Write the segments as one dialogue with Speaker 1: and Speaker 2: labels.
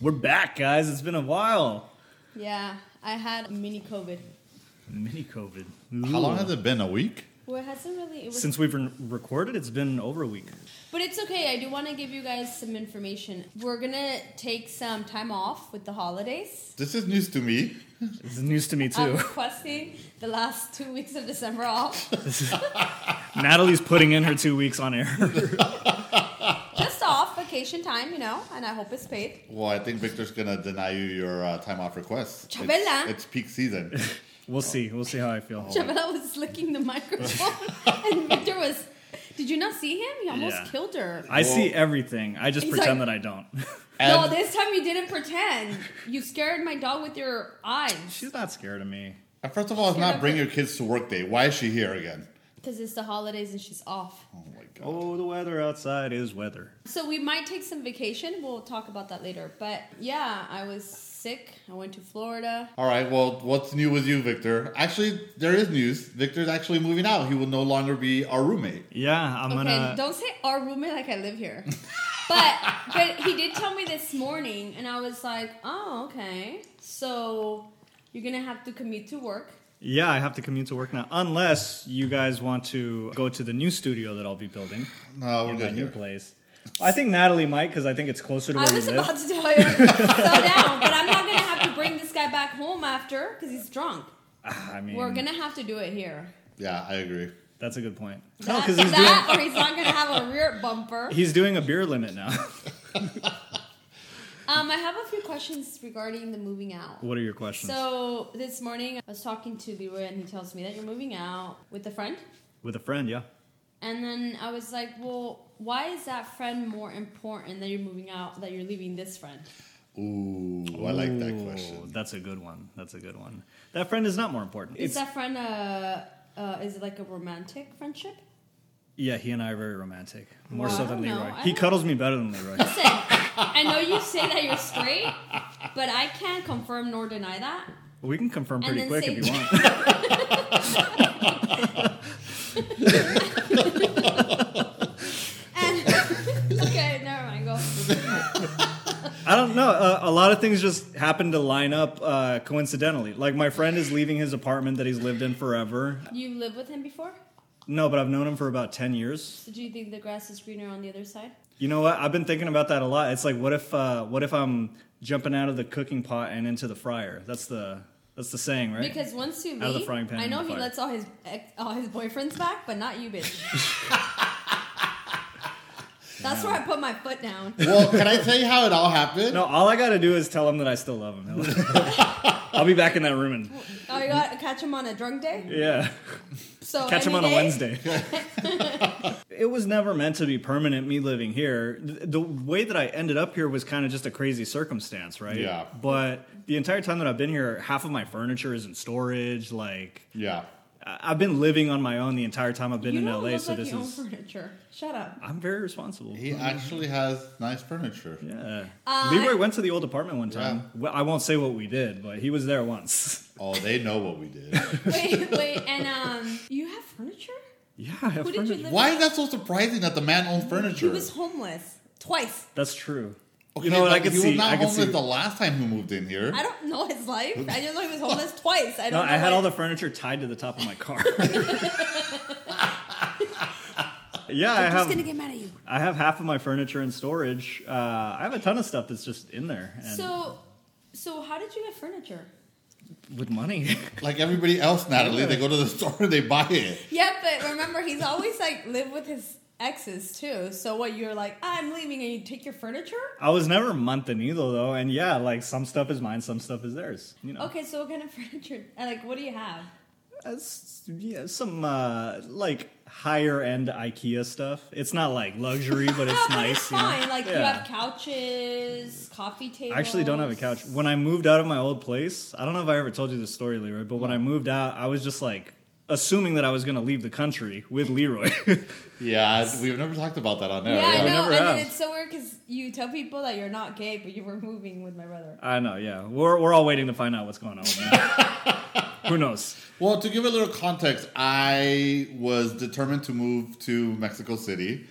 Speaker 1: We're back, guys. It's been a while.
Speaker 2: Yeah, I had mini COVID.
Speaker 1: Mini COVID.
Speaker 3: How long has it been? A week?
Speaker 2: Well, it hasn't really. It was,
Speaker 1: Since we've re- recorded, it's been over a week.
Speaker 2: but it's okay. I do want to give you guys some information. We're gonna take some time off with the holidays.
Speaker 3: This is news to me.
Speaker 1: This is news to me
Speaker 2: I'm
Speaker 1: too.
Speaker 2: requesting the last two weeks of December off,
Speaker 1: Natalie's putting in her two weeks on air.
Speaker 2: just off vacation time, you know. And I hope it's paid.
Speaker 3: Well, I think Victor's gonna deny you your uh, time off request. It's-
Speaker 2: Chabela.
Speaker 3: It's, peak season.
Speaker 1: we'll see. We'll see how I feel.
Speaker 2: Chabela was licking the microphone, and Victor was. Did you not see him? He almost
Speaker 1: Yeah.
Speaker 2: killed her.
Speaker 1: I see everything. I just
Speaker 2: He's
Speaker 1: pretend
Speaker 2: like-
Speaker 1: that I don't.
Speaker 2: no,
Speaker 3: And-
Speaker 2: this time you didn't pretend. You scared my dog with your eyes.
Speaker 1: She's not scared of me.
Speaker 3: And uh, First of all, it's
Speaker 2: You're
Speaker 3: not
Speaker 2: not
Speaker 3: bring
Speaker 2: gonna-
Speaker 3: your kids to work day. Why is she here again?
Speaker 2: Because it's the holidays and she's off.
Speaker 3: Oh my god.
Speaker 1: Oh, the weather outside is weather.
Speaker 2: So we might take some vacation. We'll talk about that later. But yeah, I was sick. I went to Florida.
Speaker 3: All right. Well, what's new with you, Victor? Actually, there is news. Victor's actually moving out. He will no longer be our roommate.
Speaker 1: Yeah, I'm
Speaker 2: Okay,
Speaker 1: gonna.
Speaker 2: don't say our roommate like I live here. but but he did tell me this morning, and I was like, oh okay. So you're gonna have to commute to work.
Speaker 1: Yeah, I have to commute to work now. Unless you guys want to go to the new studio that I'll be building in
Speaker 3: No, we're
Speaker 1: Oh my
Speaker 3: Oh, good
Speaker 1: new
Speaker 3: here.
Speaker 1: place. I think Natalie might because I think it's closer to
Speaker 2: I
Speaker 1: where we
Speaker 2: was
Speaker 1: live.
Speaker 2: about to tell you slow down, but I'm not gonna have to bring this guy back home after because he's drunk.
Speaker 1: Ah, I mean,
Speaker 2: We're gonna have to do it here.
Speaker 3: Yeah, I agree.
Speaker 1: that's a good point. No,
Speaker 2: That,
Speaker 1: because he's doing
Speaker 2: that or he's not gonna have a rear bumper.
Speaker 1: he's doing a beer limit now.
Speaker 2: Um, I have a few questions regarding the moving out.
Speaker 1: what are your questions
Speaker 2: So this morning I was talking to Leroy and he tells me that you're moving out with a friend.
Speaker 1: with a friend? Yeah.
Speaker 2: And then I was like, well, why is that friend more important that you're moving out, that you're leaving this friend?
Speaker 3: Ooh, Oh, I like that
Speaker 1: Ooh,
Speaker 3: question.
Speaker 1: That's a good one. That's a good one. That friend is not more important.
Speaker 2: is that friend a, uh, is it like a romantic friendship?
Speaker 1: yeah, he and I are very romantic, more
Speaker 2: Well,
Speaker 1: so
Speaker 2: I
Speaker 1: than
Speaker 2: don't know.
Speaker 1: Leroy.
Speaker 2: I
Speaker 1: He
Speaker 2: don't-
Speaker 1: cuddles me better than Leroy.
Speaker 2: Listen, I know you say that you're straight, but I can't confirm nor deny that.
Speaker 1: we can confirm pretty
Speaker 2: And then
Speaker 1: quick
Speaker 2: say-
Speaker 1: if you want.
Speaker 2: And okay, never mind, go.
Speaker 1: I don't know. Uh, a lot of things just happen to line up uh, coincidentally. Like my friend is leaving his apartment that he's lived in forever.
Speaker 2: You live with him before?
Speaker 1: No, but I've known him for about ten years.
Speaker 2: So do you think the grass is greener on the other side?
Speaker 1: You know what? I've been thinking about that a lot. It's like, what if, uh, what if I'm jumping out of the cooking pot and into the fryer? That's the that's the saying, right?
Speaker 2: Because once you
Speaker 1: Out of the
Speaker 2: leave,
Speaker 1: frying pan
Speaker 2: I know
Speaker 1: into
Speaker 2: he
Speaker 1: the fire.
Speaker 2: lets all his ex, all his boyfriends back, but not you, bitch. That's where I put my foot down.
Speaker 3: well, can I tell you how it all happened?
Speaker 1: No, all I gotta do is tell him that I still love him. I'll be back in that room and
Speaker 2: Oh, you got to catch him on a drunk day.
Speaker 1: yeah,
Speaker 2: So
Speaker 1: catch him
Speaker 2: any
Speaker 1: on a
Speaker 2: day-
Speaker 1: Wednesday. it was never meant to be permanent. Me living here, the, the way that I ended up here was kind of just a crazy circumstance, right?
Speaker 3: Yeah.
Speaker 1: But the entire time that I've been here, half of my furniture is in storage. Like
Speaker 3: Yeah.
Speaker 1: I- I've been living on my own the entire time I've been
Speaker 2: You
Speaker 1: in
Speaker 2: don't
Speaker 1: LA.
Speaker 2: look
Speaker 1: so
Speaker 2: like
Speaker 1: this
Speaker 2: you own
Speaker 1: is
Speaker 2: furniture. Shut up.
Speaker 1: I'm very responsible.
Speaker 3: He actually has nice furniture.
Speaker 1: Mm-hmm. Yeah.
Speaker 2: Uh,
Speaker 1: Leroy
Speaker 2: I-
Speaker 1: went to the old apartment one time. Well, I won't say what we did, but he was there once.
Speaker 3: Oh, they know what we did.
Speaker 2: Wait, wait, and um, you have furniture?
Speaker 1: yeah, I have
Speaker 2: Who did you
Speaker 1: furniture.
Speaker 2: live
Speaker 3: Why is that so surprising that the man owns
Speaker 2: He
Speaker 3: furniture?
Speaker 2: was homeless twice.
Speaker 1: That's true.
Speaker 3: Okay,
Speaker 1: you know what? I
Speaker 3: but
Speaker 1: could
Speaker 3: he
Speaker 1: see.
Speaker 3: was
Speaker 1: I
Speaker 3: not
Speaker 1: could
Speaker 3: homeless
Speaker 1: see.
Speaker 3: the last time he moved in here.
Speaker 2: I don't know his life. I just know he was homeless twice. I
Speaker 1: no,
Speaker 2: don't. know
Speaker 1: I had
Speaker 2: why-
Speaker 1: all the furniture tied to the top of my car. yeah, I
Speaker 2: I'm just gonna
Speaker 1: have.
Speaker 2: get mad at you.
Speaker 1: I have half of my furniture in storage. Uh, I have a ton of stuff that's just in there and
Speaker 2: So, so how did you get furniture?
Speaker 1: with money.
Speaker 3: Like everybody else, Natalie, they go to the store and they buy it.
Speaker 2: Yeah, but remember, he's always like live with his exes too. So what? You're like, I'm leaving, and you take your furniture.
Speaker 1: I was never Montanilo though, and yeah, like some stuff is mine, some stuff is theirs. You know,
Speaker 2: Okay, so what kind of furniture? uh, Like, what do you have?
Speaker 1: That's, yeah, some uh, like higher end IKEA stuff. It's not like luxury, but it's
Speaker 2: Oh, but
Speaker 1: nice.
Speaker 2: It's
Speaker 1: you know?
Speaker 2: fine. Like you
Speaker 1: Yeah.
Speaker 2: have couches, coffee tables.
Speaker 1: I actually don't have a couch. When I moved out of my old place, I don't know if I ever told you this story, Leroy, but when I moved out, I was just like assuming that I was going to leave the country with Leroy.
Speaker 3: Yeah, we've never talked about that on air.
Speaker 2: Yeah,
Speaker 3: right?
Speaker 2: I
Speaker 1: We
Speaker 2: know.
Speaker 1: never
Speaker 2: and
Speaker 1: have.
Speaker 2: it's so weird because you tell people that you're not gay, but you were moving with my brother.
Speaker 1: I know, yeah. We're, we're all waiting to find out what's going on with me. Who knows?
Speaker 3: Well, to give
Speaker 1: Mm-hmm.
Speaker 3: a little context, I was determined to move to Mexico City.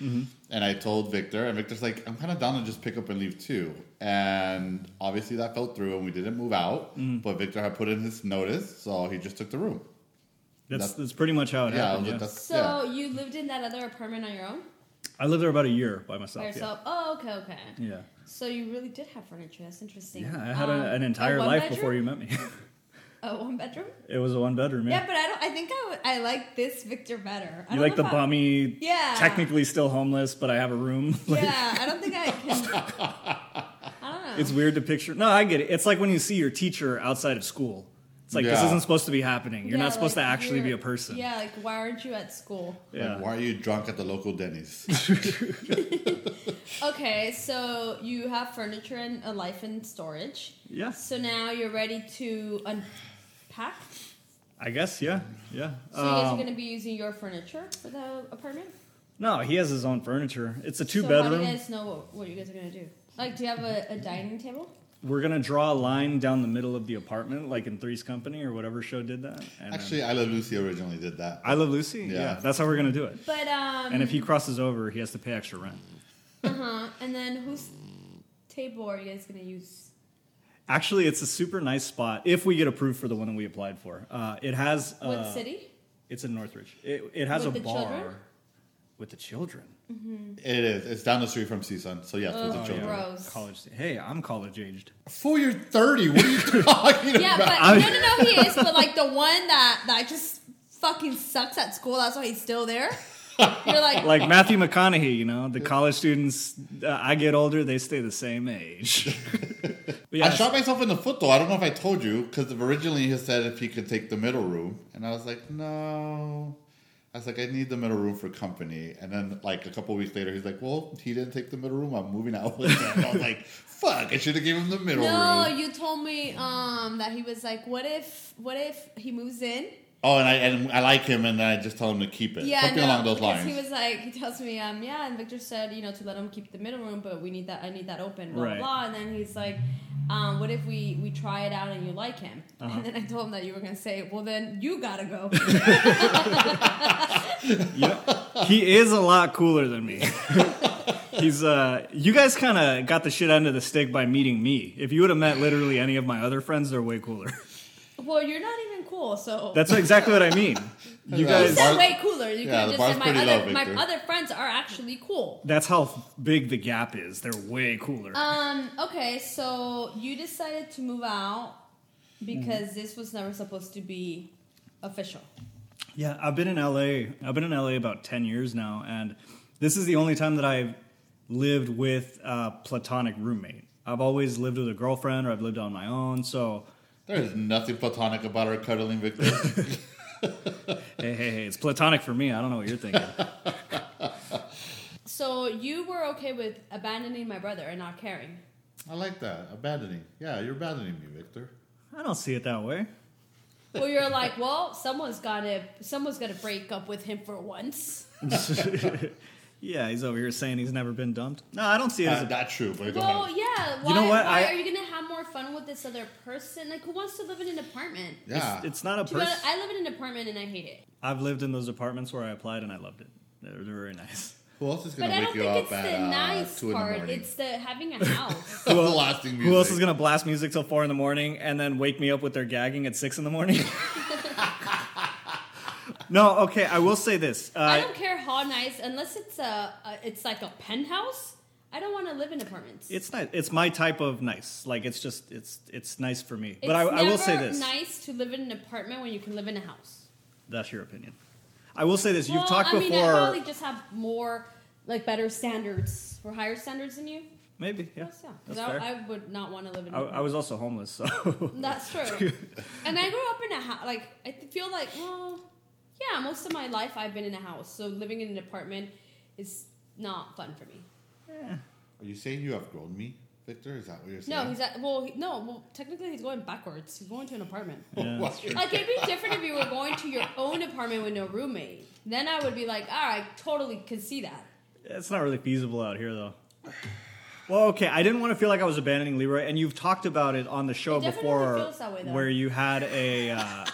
Speaker 3: And I told Victor, and Victor's like, I'm kind of down to just pick up and leave too. And obviously that fell through, and we didn't move out.
Speaker 1: Mm-hmm.
Speaker 3: But Victor had put in his notice, so he just took the room.
Speaker 1: That's
Speaker 3: That-
Speaker 1: that's pretty much how it
Speaker 3: Yeah, I was
Speaker 1: happened.
Speaker 3: like,
Speaker 1: yeah.
Speaker 3: that's
Speaker 2: So
Speaker 3: yeah.
Speaker 2: you lived in that other apartment on your own
Speaker 1: I lived there about a year by
Speaker 2: by
Speaker 1: myself.
Speaker 2: yourself? Oh, okay, okay.
Speaker 1: Yeah. yeah.
Speaker 2: So you really did have furniture. That's interesting.
Speaker 1: Yeah, I had
Speaker 2: Um,
Speaker 1: a, an entire
Speaker 2: one
Speaker 1: life
Speaker 2: bedroom?
Speaker 1: before you met me.
Speaker 2: A one bedroom.
Speaker 1: it was a one bedroom.
Speaker 2: Yeah,
Speaker 1: Yeah,
Speaker 2: but I don't. I think I, would- I like this Victor better. I
Speaker 1: you
Speaker 2: don't
Speaker 1: like
Speaker 2: know
Speaker 1: the
Speaker 2: if I-
Speaker 1: bummy?
Speaker 2: Yeah.
Speaker 1: Technically still homeless, but I have a room. Like,
Speaker 2: Yeah, I don't think I can. I don't know.
Speaker 1: It's weird to picture. No, I get it. It's like when you see your teacher outside of school. It's like this
Speaker 3: Yeah.
Speaker 1: isn't supposed to be happening. You're
Speaker 2: Yeah,
Speaker 1: not supposed
Speaker 2: like,
Speaker 1: to actually be
Speaker 2: you're-
Speaker 1: a person.
Speaker 2: Yeah, like why aren't you at school?
Speaker 1: Yeah.
Speaker 3: Like, why are you drunk at the local Denny's?
Speaker 2: Okay, so you have furniture and a life in storage.
Speaker 1: Yeah.
Speaker 2: So now you're ready to unpack.
Speaker 1: I guess. Yeah. Yeah.
Speaker 2: So you guys are
Speaker 1: Um,
Speaker 2: going to be using your furniture for the apartment.
Speaker 1: no, he has his own furniture. It's a two
Speaker 2: so How
Speaker 1: bedroom.
Speaker 2: do you guys know what, what you guys are going to do? Like, do you have a, a dining table?
Speaker 1: We're gonna draw a line down the middle of the apartment, like in Three's Company or whatever show did that. And then-
Speaker 3: Actually, I Love Lucy originally did that.
Speaker 1: I love Lucy. Yeah.
Speaker 3: Yeah.
Speaker 1: That's how we're gonna do it.
Speaker 2: But um.
Speaker 1: And if he crosses over, he has to pay extra rent.
Speaker 2: Uh huh. And then whose table are you guys going to use?
Speaker 1: Actually, it's a super nice spot if we get approved for the one that we applied for. Uh, it has uh,
Speaker 2: What city?
Speaker 1: It's in Northridge. It, it has
Speaker 2: With
Speaker 1: a
Speaker 2: the
Speaker 1: bar
Speaker 2: children?
Speaker 1: with the children.
Speaker 3: It is. It's down the street from CSUN. So yes, with the
Speaker 2: Oh,
Speaker 3: children.
Speaker 2: yeah. Gross.
Speaker 1: College. Hey, I'm college aged.
Speaker 3: Fool, you're 30. What are you talking
Speaker 2: Yeah,
Speaker 3: about?
Speaker 2: but
Speaker 1: I'm-
Speaker 2: no, no, no, he is. But like the one that that just fucking sucks at school. That's why he's still there. You're like,
Speaker 1: Like Matthew McConaughey, you know, the college students. Uh, I get older, they stay the same age. but yeah,
Speaker 3: I shot myself in the foot though. I don't know if I told you because originally he said if he could take the middle room, and I was like, no. I was like, I need the middle room for company. And then like a couple weeks later, he's like, well, he didn't take the middle room. I'm moving out with him. I was like, fuck, I should have gave him the middle
Speaker 2: no,
Speaker 3: room.
Speaker 2: you told me um that he was like, what if, what if he moves in?
Speaker 3: Oh, and I and I like him, and I just tell him to keep it.
Speaker 2: Yeah,
Speaker 3: Something
Speaker 2: no,
Speaker 3: along those
Speaker 2: because
Speaker 3: lines.
Speaker 2: he was like, he tells me, um, yeah, and Victor said, you know, to let him keep the middle room, but we need that, I need that open, blah
Speaker 1: Right.
Speaker 2: blah blah. And then he's like, um, what if we we try it out and you like him?
Speaker 1: Uh-huh.
Speaker 2: And then I told him that you were gonna say, well, then you gotta go.
Speaker 1: you know, he is a lot cooler than me. He's uh you guys kind of got the shit end of the stick by meeting me. If you would have met literally any of my other friends, they're way cooler.
Speaker 2: well, you're not even cool, so
Speaker 1: That's exactly what I mean. You
Speaker 3: Yeah.
Speaker 2: You
Speaker 1: guys
Speaker 2: said
Speaker 3: Bar-
Speaker 2: way cooler. You
Speaker 3: Yeah,
Speaker 2: could
Speaker 3: the
Speaker 2: have
Speaker 3: bar's
Speaker 2: just
Speaker 3: pretty
Speaker 2: said
Speaker 3: low,
Speaker 2: my other,
Speaker 3: Victor.
Speaker 2: my other friends are actually cool.
Speaker 1: that's how big the gap is. They're way cooler.
Speaker 2: Um. Okay, so you decided to move out because this was never supposed to be official.
Speaker 1: Yeah, I've been in LA. I've been in LA about 10 years now, and this is the only time that I've lived with a platonic roommate. I've always lived with a girlfriend or I've lived on my own. So,
Speaker 3: there is nothing platonic about our cuddling Victor.
Speaker 1: hey, hey, hey, it's platonic for me. I don't know what you're thinking.
Speaker 2: So you were okay with abandoning my brother and not caring.
Speaker 3: I like that abandoning. Yeah, you're abandoning me, Victor.
Speaker 1: I don't see it that way.
Speaker 2: Well, you're like, well, someone's got to, someone's got to break up with him for once.
Speaker 1: Yeah, he's over here saying he's never been dumped. No, I don't see it as
Speaker 3: Uh,
Speaker 1: a.
Speaker 3: not true, but go
Speaker 2: Well,
Speaker 3: ahead.
Speaker 2: yeah. Why,
Speaker 1: You know what?
Speaker 2: why
Speaker 1: I-
Speaker 2: are you gonna have more fun with this other person? Like, who wants to live in an apartment?
Speaker 3: Yeah,
Speaker 1: It's not a
Speaker 2: To be honest,
Speaker 1: person.
Speaker 2: I live in an apartment and I hate it.
Speaker 1: I've lived in those apartments where I applied and I loved it. They're, they're very nice.
Speaker 3: Who else is going
Speaker 2: But
Speaker 3: to
Speaker 2: I
Speaker 3: wake
Speaker 2: don't
Speaker 3: you
Speaker 2: think
Speaker 3: up
Speaker 2: it's
Speaker 3: at
Speaker 2: the
Speaker 3: uh,
Speaker 2: nice
Speaker 3: two in the
Speaker 2: part.
Speaker 3: morning?
Speaker 2: It's the having a house.
Speaker 3: the lasting music.
Speaker 1: Who else is going to blast music till four in the morning and then wake me up with their gagging at six in the morning? no, okay. I will say this. Uh,
Speaker 2: I don't care how nice, unless it's a, a it's like a penthouse. I don't want to live in apartments.
Speaker 1: it's nice. It's my type of nice. Like it's just it's it's nice for me.
Speaker 2: It's
Speaker 1: but I, I will
Speaker 2: never
Speaker 1: say this.
Speaker 2: nice to live in an apartment when you can live in a house.
Speaker 1: That's your opinion. I will say this. You've
Speaker 2: well,
Speaker 1: talked
Speaker 2: I mean,
Speaker 1: before.
Speaker 2: I probably just have more like better standards or higher standards than you.
Speaker 1: Maybe. Yeah.
Speaker 2: Yes, yeah. 'Cause
Speaker 1: That's
Speaker 2: I,
Speaker 1: fair.
Speaker 2: I would not want to live in.
Speaker 1: I,
Speaker 2: an
Speaker 1: I was also homeless, so
Speaker 2: That's true. and I grew up in a house. Like I th- feel like, well, yeah, most of my life I've been in a house. So living in an apartment is not fun for me.
Speaker 3: Are you saying you have grown me, Victor? Is that what you're saying?
Speaker 2: No, he's at, well, he, no, well, technically he's going backwards. He's going to an apartment.
Speaker 1: Yeah,
Speaker 3: Why-
Speaker 1: that's true.
Speaker 2: Like it'd be different if you were going to your own apartment with no roommate. Then I would be like, all right, totally can see that.
Speaker 1: it's not really feasible out here, though. Well, okay. I didn't want to feel like I was abandoning Leroy, and you've talked about it on the show
Speaker 2: It definitely
Speaker 1: before,
Speaker 2: feels that way, though.
Speaker 1: where you had a uh,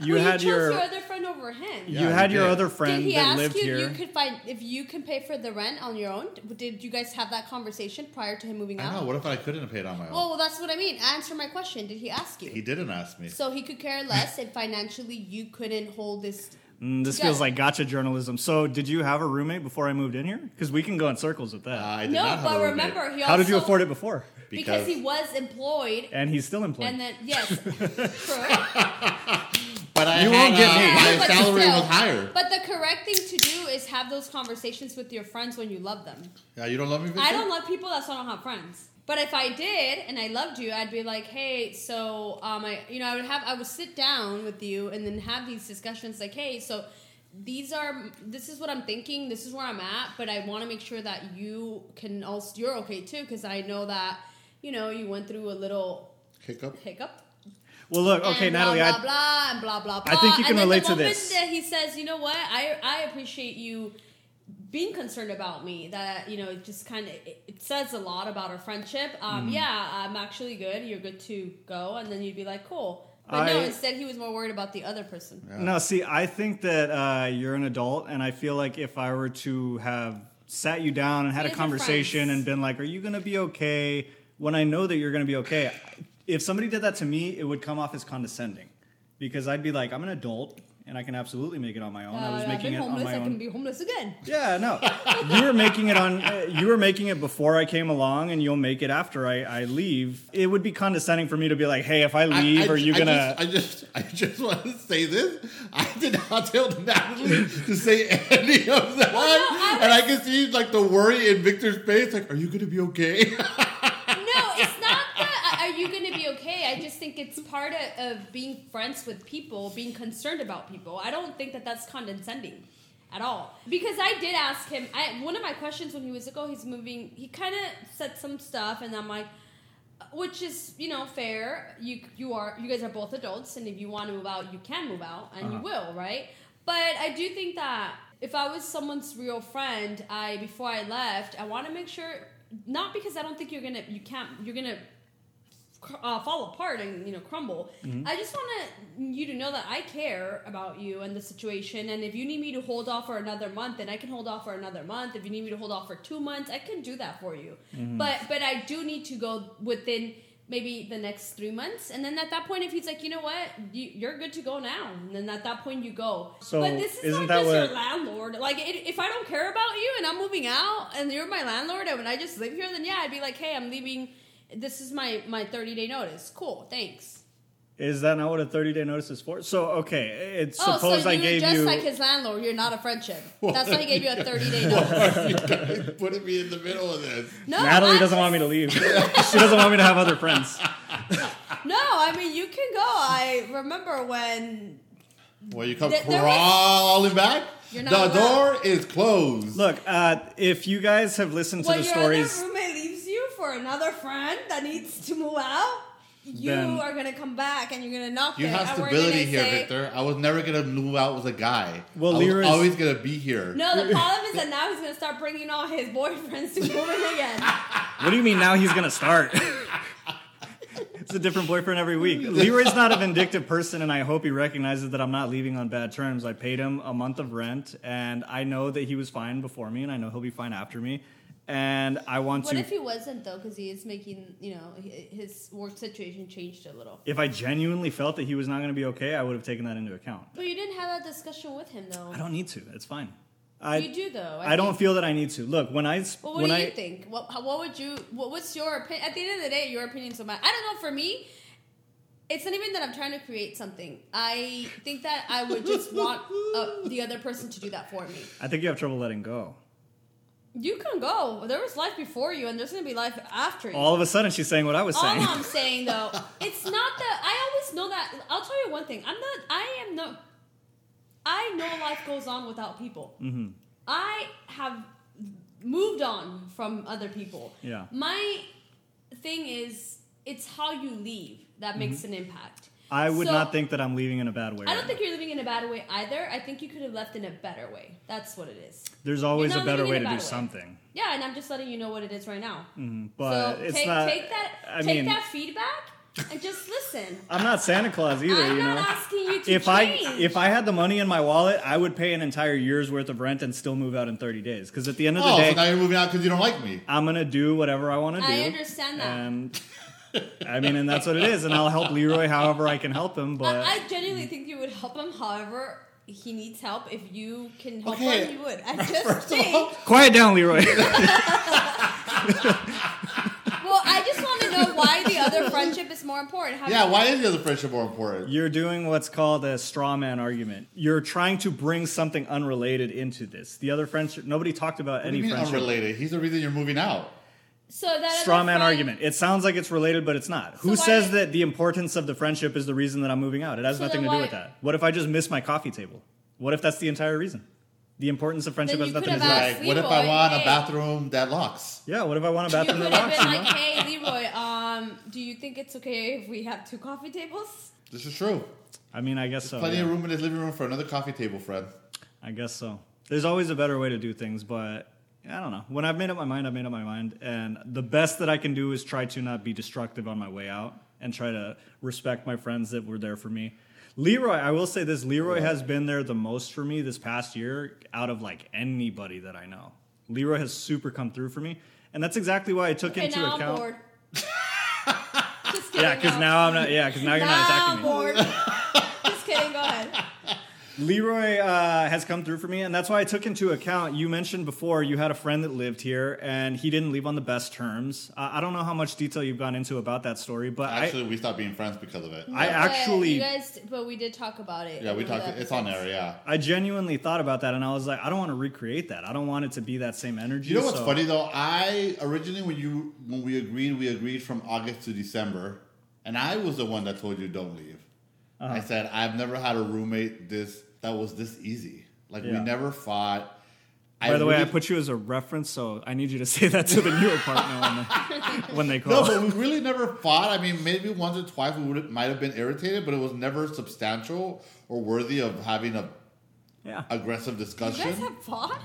Speaker 1: you
Speaker 2: Well,
Speaker 1: had
Speaker 2: chose
Speaker 1: your
Speaker 2: your other friend over for him.
Speaker 3: Yeah,
Speaker 1: you had
Speaker 3: you
Speaker 1: your
Speaker 3: did.
Speaker 1: other friend
Speaker 2: Did he
Speaker 1: that
Speaker 2: ask
Speaker 1: lived
Speaker 2: you
Speaker 1: here.
Speaker 2: if you could find if you can pay for the rent on your own? Did you guys have that conversation prior to him moving
Speaker 3: I
Speaker 2: out?
Speaker 3: know. What if I couldn't have paid on my own?
Speaker 2: Oh, well, that's what I mean. Answer my question. Did he ask you?
Speaker 3: He didn't ask me.
Speaker 2: so he could care less if financially you couldn't hold this.
Speaker 1: Mm, this
Speaker 2: Yeah.
Speaker 1: feels like gotcha journalism. So, did you have a roommate before I moved in here? Because we can go in circles with that.
Speaker 3: Uh, I did not
Speaker 2: No,
Speaker 3: have a
Speaker 2: but
Speaker 3: roommate
Speaker 2: remember, he Uh, also
Speaker 1: How did you afford it before?
Speaker 2: Because, he was employed,
Speaker 1: And he's still employed.
Speaker 2: and then yes, correct.
Speaker 3: But I
Speaker 1: You
Speaker 3: had,
Speaker 1: won't get
Speaker 3: uh,
Speaker 1: me.
Speaker 3: My
Speaker 2: But
Speaker 3: salary
Speaker 2: still.
Speaker 3: was higher.
Speaker 2: But the correct thing to do is have those conversations with your friends when you love them.
Speaker 3: Yeah, you don't love me. Victor?
Speaker 2: I don't love people, that's why I don't have friends. But if I did and I loved you, I'd be like, hey, so um, I, you know, I would have, I would sit down with you and then have these discussions, like, hey, so these are, this is what I'm thinking, this is where I'm at, but I want to make sure that you can also, you're okay too, because I know that, you know, you went through a little
Speaker 3: Hiccup.
Speaker 2: hiccup
Speaker 1: well, look, okay,
Speaker 2: and
Speaker 1: Natalie,
Speaker 2: blah,
Speaker 1: I,
Speaker 2: blah, blah, and blah, blah, blah.
Speaker 1: I think you can
Speaker 2: and then
Speaker 1: relate to
Speaker 2: the moment
Speaker 1: this.
Speaker 2: That he says, you know what, I, I appreciate you being concerned about me. That, you know, it just kind of, it, it says a lot about our friendship.
Speaker 1: Hmm.
Speaker 2: Um, Yeah, I'm actually good. You're good to go. And then you'd be like, cool. But no,
Speaker 1: I-
Speaker 2: instead he was more worried about the other person.
Speaker 1: No, see, I think that uh, you're an adult, and I feel like if I were to have sat you down and had a
Speaker 2: You guys are
Speaker 1: conversation
Speaker 2: friends.
Speaker 1: and been like, "Are you going to be okay?" When I know that you're going to be okay, if somebody did that to me, it would come off as condescending, because I'd be like, "I'm an adult, and I can absolutely make it on my own." I was
Speaker 2: Uh, I've
Speaker 1: making
Speaker 2: been
Speaker 1: it
Speaker 2: homeless.
Speaker 1: on my
Speaker 2: I can
Speaker 1: own.
Speaker 2: be homeless again.
Speaker 1: yeah, no, you were making it on. Uh, you were making it before I came along, and you'll make it after I, I leave. It would be condescending for me to be like, "Hey, if I
Speaker 3: I-
Speaker 1: leave,
Speaker 3: I-
Speaker 1: are you
Speaker 3: I
Speaker 1: gonna?"
Speaker 3: just- I just, I just, want to say this. I did not tell Natalie to say any of that,
Speaker 2: I
Speaker 3: and I can see like the worry in Victor's face. Like, are you gonna be okay?
Speaker 2: no, it's not that. uh, Are you going to be okay? I just think it's part of, of being friends with people, being concerned about people. I don't think that that's condescending at all. Because I did ask him. I one of my questions when he was like, "Oh, he's moving," he kind of said some stuff, and I'm like. Which is, you know, fair. You you are you guys are both adults, and if you want to move out, you can move out, and you will, right? But I do think that if I was someone's real friend, I before I left, I want to make sure not because I don't think you're gonna you can't you're gonna cr- uh, fall apart and you know crumble.
Speaker 1: Mm-hmm.
Speaker 2: I just want to you to know that I care about you and the situation. And if you need me to hold off for another month, then I can hold off for another month. If you need me to hold off for two months, I can do that for you.
Speaker 1: Mm-hmm.
Speaker 2: But but I do need to go within maybe the next three months, and then at that point, if he's like, you know what, you, you're good to go now, and then at that point you go.
Speaker 1: So,
Speaker 2: but this is
Speaker 1: isn't
Speaker 2: not
Speaker 1: that
Speaker 2: just
Speaker 1: what-
Speaker 2: your landlord. Like it, if I don't care about you and I'm moving out, and you're my landlord, and when I just live here, then yeah, I'd be like, hey, I'm leaving. This is my my 30 day notice. Cool, thanks.
Speaker 1: Is that not what a 30 day notice is for? So, okay, it's
Speaker 2: oh,
Speaker 1: suppose
Speaker 2: so
Speaker 1: I
Speaker 2: you
Speaker 1: gave
Speaker 2: were just
Speaker 1: you.
Speaker 2: like his landlord. You're not a friendship. That's why he gave you a 30 day notice.
Speaker 3: you guys putting me in the middle of this.
Speaker 2: No,
Speaker 1: Natalie
Speaker 2: I'm
Speaker 1: doesn't want me to leave. she doesn't want me to have other friends.
Speaker 2: just- No, I mean you can go. I remember when
Speaker 3: Well, you come
Speaker 2: There- there was-
Speaker 3: crawling back.
Speaker 2: You're not
Speaker 3: the
Speaker 2: allowed.
Speaker 3: door is closed.
Speaker 1: Look, uh, if you guys have listened to
Speaker 2: when
Speaker 1: the
Speaker 2: your
Speaker 1: stories,
Speaker 2: other roommate leaves you for another friend that needs to move out, you
Speaker 1: Then-
Speaker 2: are gonna come back and you're gonna knock.
Speaker 3: You
Speaker 2: it,
Speaker 3: have
Speaker 2: and we're
Speaker 3: stability
Speaker 2: gonna
Speaker 3: here,
Speaker 2: say,
Speaker 3: Victor. I was never gonna move out with a guy.
Speaker 1: Well,
Speaker 3: I was
Speaker 1: Lyra's-
Speaker 3: always gonna be here.
Speaker 2: No, the problem is that now he's gonna start bringing all his boyfriends to move in again.
Speaker 1: what do you mean now he's going to start? it's a different boyfriend every week. Leroy's not a vindictive person, and I hope he recognizes that I'm not leaving on bad terms. I paid him a month of rent, and I know that he was fine before me, and I know he'll be fine after me. And I want
Speaker 2: What
Speaker 1: to.
Speaker 2: if he wasn't though? Because he is making you know hi- his work situation changed a little.
Speaker 1: if I genuinely felt that he was not going to be okay, I would have taken that into account.
Speaker 2: But you didn't have that discussion with him though.
Speaker 1: I don't need to. It's fine. I
Speaker 2: you do though.
Speaker 1: I don't
Speaker 2: think.
Speaker 1: feel that I need to. Look, when I sp-
Speaker 2: Well, what
Speaker 1: when
Speaker 2: do
Speaker 1: I
Speaker 2: you think? What how- what would you? What, what's your opinion? At the end of the day, your opinion so much. I don't know. For me, it's not even that I'm trying to create something. I think that I would just want uh, the other person to do that for me.
Speaker 1: I think you have trouble letting go.
Speaker 2: You can go. There was life before you, and there's gonna be life after you.
Speaker 1: All of a sudden, she's saying what I was saying.
Speaker 2: All I'm saying though, it's not that I always know that. I'll tell you one thing. I'm not. I am not. I know life goes on without people.
Speaker 1: Mm-hmm.
Speaker 2: I have moved on from other people.
Speaker 1: Yeah.
Speaker 2: My thing is, it's how you leave that makes an impact.
Speaker 1: Mm-hmm. I would
Speaker 2: So-
Speaker 1: not think that I'm leaving in a bad way.
Speaker 2: I
Speaker 1: right
Speaker 2: don't think you're living in a bad way either. I think you could have left in a better way. That's what it is.
Speaker 1: now. There's always
Speaker 2: you're
Speaker 1: a
Speaker 2: not
Speaker 1: better
Speaker 2: leaving
Speaker 1: way
Speaker 2: in
Speaker 1: to
Speaker 2: a
Speaker 1: do
Speaker 2: bad way.
Speaker 1: something,
Speaker 2: Yeah, and I'm just letting you know what it is right now.
Speaker 1: Mm-hmm. but
Speaker 2: so
Speaker 1: it's
Speaker 2: take,
Speaker 1: not.
Speaker 2: take that.
Speaker 1: I
Speaker 2: take
Speaker 1: mean,
Speaker 2: that feedback and just listen.
Speaker 1: I'm not Santa Claus either,
Speaker 2: I'm
Speaker 1: you
Speaker 2: not
Speaker 1: know.
Speaker 2: asking you to
Speaker 1: If I
Speaker 2: change.
Speaker 1: if I had the money in my wallet, I would pay an entire year's worth of rent and still move out in 30 days. Because at the end of the
Speaker 3: Oh,
Speaker 1: day,
Speaker 3: so now you're moving out because you don't like me.
Speaker 1: I'm gonna do whatever I want to do.
Speaker 2: I understand that.
Speaker 1: And I mean, and that's what it is. And I'll help Leroy however I can help him. But
Speaker 2: I, I genuinely think you would help him. However, he needs help. If you can help
Speaker 3: Okay.
Speaker 2: him, you would. I just
Speaker 3: First of
Speaker 2: think.
Speaker 3: all,
Speaker 1: quiet down, Leroy.
Speaker 2: well, I just want to know why the other friendship is more important. How
Speaker 3: yeah,
Speaker 2: you-
Speaker 3: why is the other friendship more important?
Speaker 1: You're doing what's called a straw man argument. You're trying to bring something unrelated into this. The other friendship, nobody talked about
Speaker 3: What do
Speaker 1: any
Speaker 3: you mean
Speaker 1: friendship.
Speaker 3: unrelated? He's the reason you're moving out.
Speaker 2: So that other
Speaker 1: Straw man
Speaker 2: friend-
Speaker 1: argument. It sounds like it's related, but it's not. Who
Speaker 2: why-
Speaker 1: says that the importance of the friendship is the reason that I'm moving out? It has
Speaker 2: So
Speaker 1: nothing to
Speaker 2: then
Speaker 1: do
Speaker 2: why-
Speaker 1: with that. What if I just miss my coffee table? What if that's the entire reason? The importance of friendship
Speaker 2: Then
Speaker 1: has
Speaker 2: you
Speaker 1: nothing to
Speaker 2: could
Speaker 1: do with
Speaker 2: have
Speaker 1: it.
Speaker 2: asked-
Speaker 3: Like, what if I
Speaker 2: Leroy,
Speaker 3: want a
Speaker 2: hey.
Speaker 3: bathroom that locks?
Speaker 1: Yeah, what if I want a
Speaker 2: You
Speaker 1: bathroom that
Speaker 2: could have
Speaker 1: locks?
Speaker 2: been
Speaker 1: you know?
Speaker 2: like, "Hey, Leroy, um, do you think it's okay if we have two coffee tables?"
Speaker 3: This is true.
Speaker 1: I mean, I guess so.
Speaker 3: Plenty
Speaker 1: Oh, yeah.
Speaker 3: of room in his living room for another coffee table, Fred.
Speaker 1: I guess so. There's always a better way to do things, but I don't know. When I've made up my mind, I've made up my mind. And the best that I can do is try to not be destructive on my way out and try to respect my friends that were there for me. Leroy, I will say this Leroy has been there the most for me this past year out of like anybody that I know. Leroy has super come through for me. And that's exactly why I took
Speaker 2: And
Speaker 1: into
Speaker 2: now I'm
Speaker 1: account.
Speaker 2: bored. just kidding.
Speaker 1: Yeah, because now I'm not. Yeah, because now you're not attacking me.
Speaker 2: I'm bored. just kidding. Go ahead.
Speaker 1: Leroy uh, has come through for me, and that's why I took into account. You mentioned before you had a friend that lived here, and he didn't leave on the best terms. I I don't know how much detail you've gone into about that story, but
Speaker 3: Actually, we stopped being friends because of it.
Speaker 1: I
Speaker 2: But
Speaker 1: actually-
Speaker 2: you guys, but we did talk about it.
Speaker 3: yeah,
Speaker 2: in
Speaker 3: we
Speaker 2: one of
Speaker 3: talked.
Speaker 2: the
Speaker 3: It's on
Speaker 2: episodes.
Speaker 3: there. Yeah.
Speaker 1: I, I genuinely thought about that, and I was like, I don't want to recreate that. I don't want it to be that same energy.
Speaker 3: You know what's
Speaker 1: so-
Speaker 3: funny though? I originally when you when we agreed, we agreed from August to December, and I was the one that told you don't leave.
Speaker 1: Uh-huh.
Speaker 3: I said I've never had a roommate this that was this easy. Like we
Speaker 1: Yeah.
Speaker 3: never fought.
Speaker 1: By the way, I put you as a reference, so I need you to say that to the new apartment when they, when they
Speaker 3: No,
Speaker 1: call.
Speaker 3: but we really never fought. I mean, maybe once or twice we would might have been irritated, but it was never substantial or worthy of having a
Speaker 1: yeah,
Speaker 3: aggressive
Speaker 2: You
Speaker 3: discussion.
Speaker 2: guys have fought?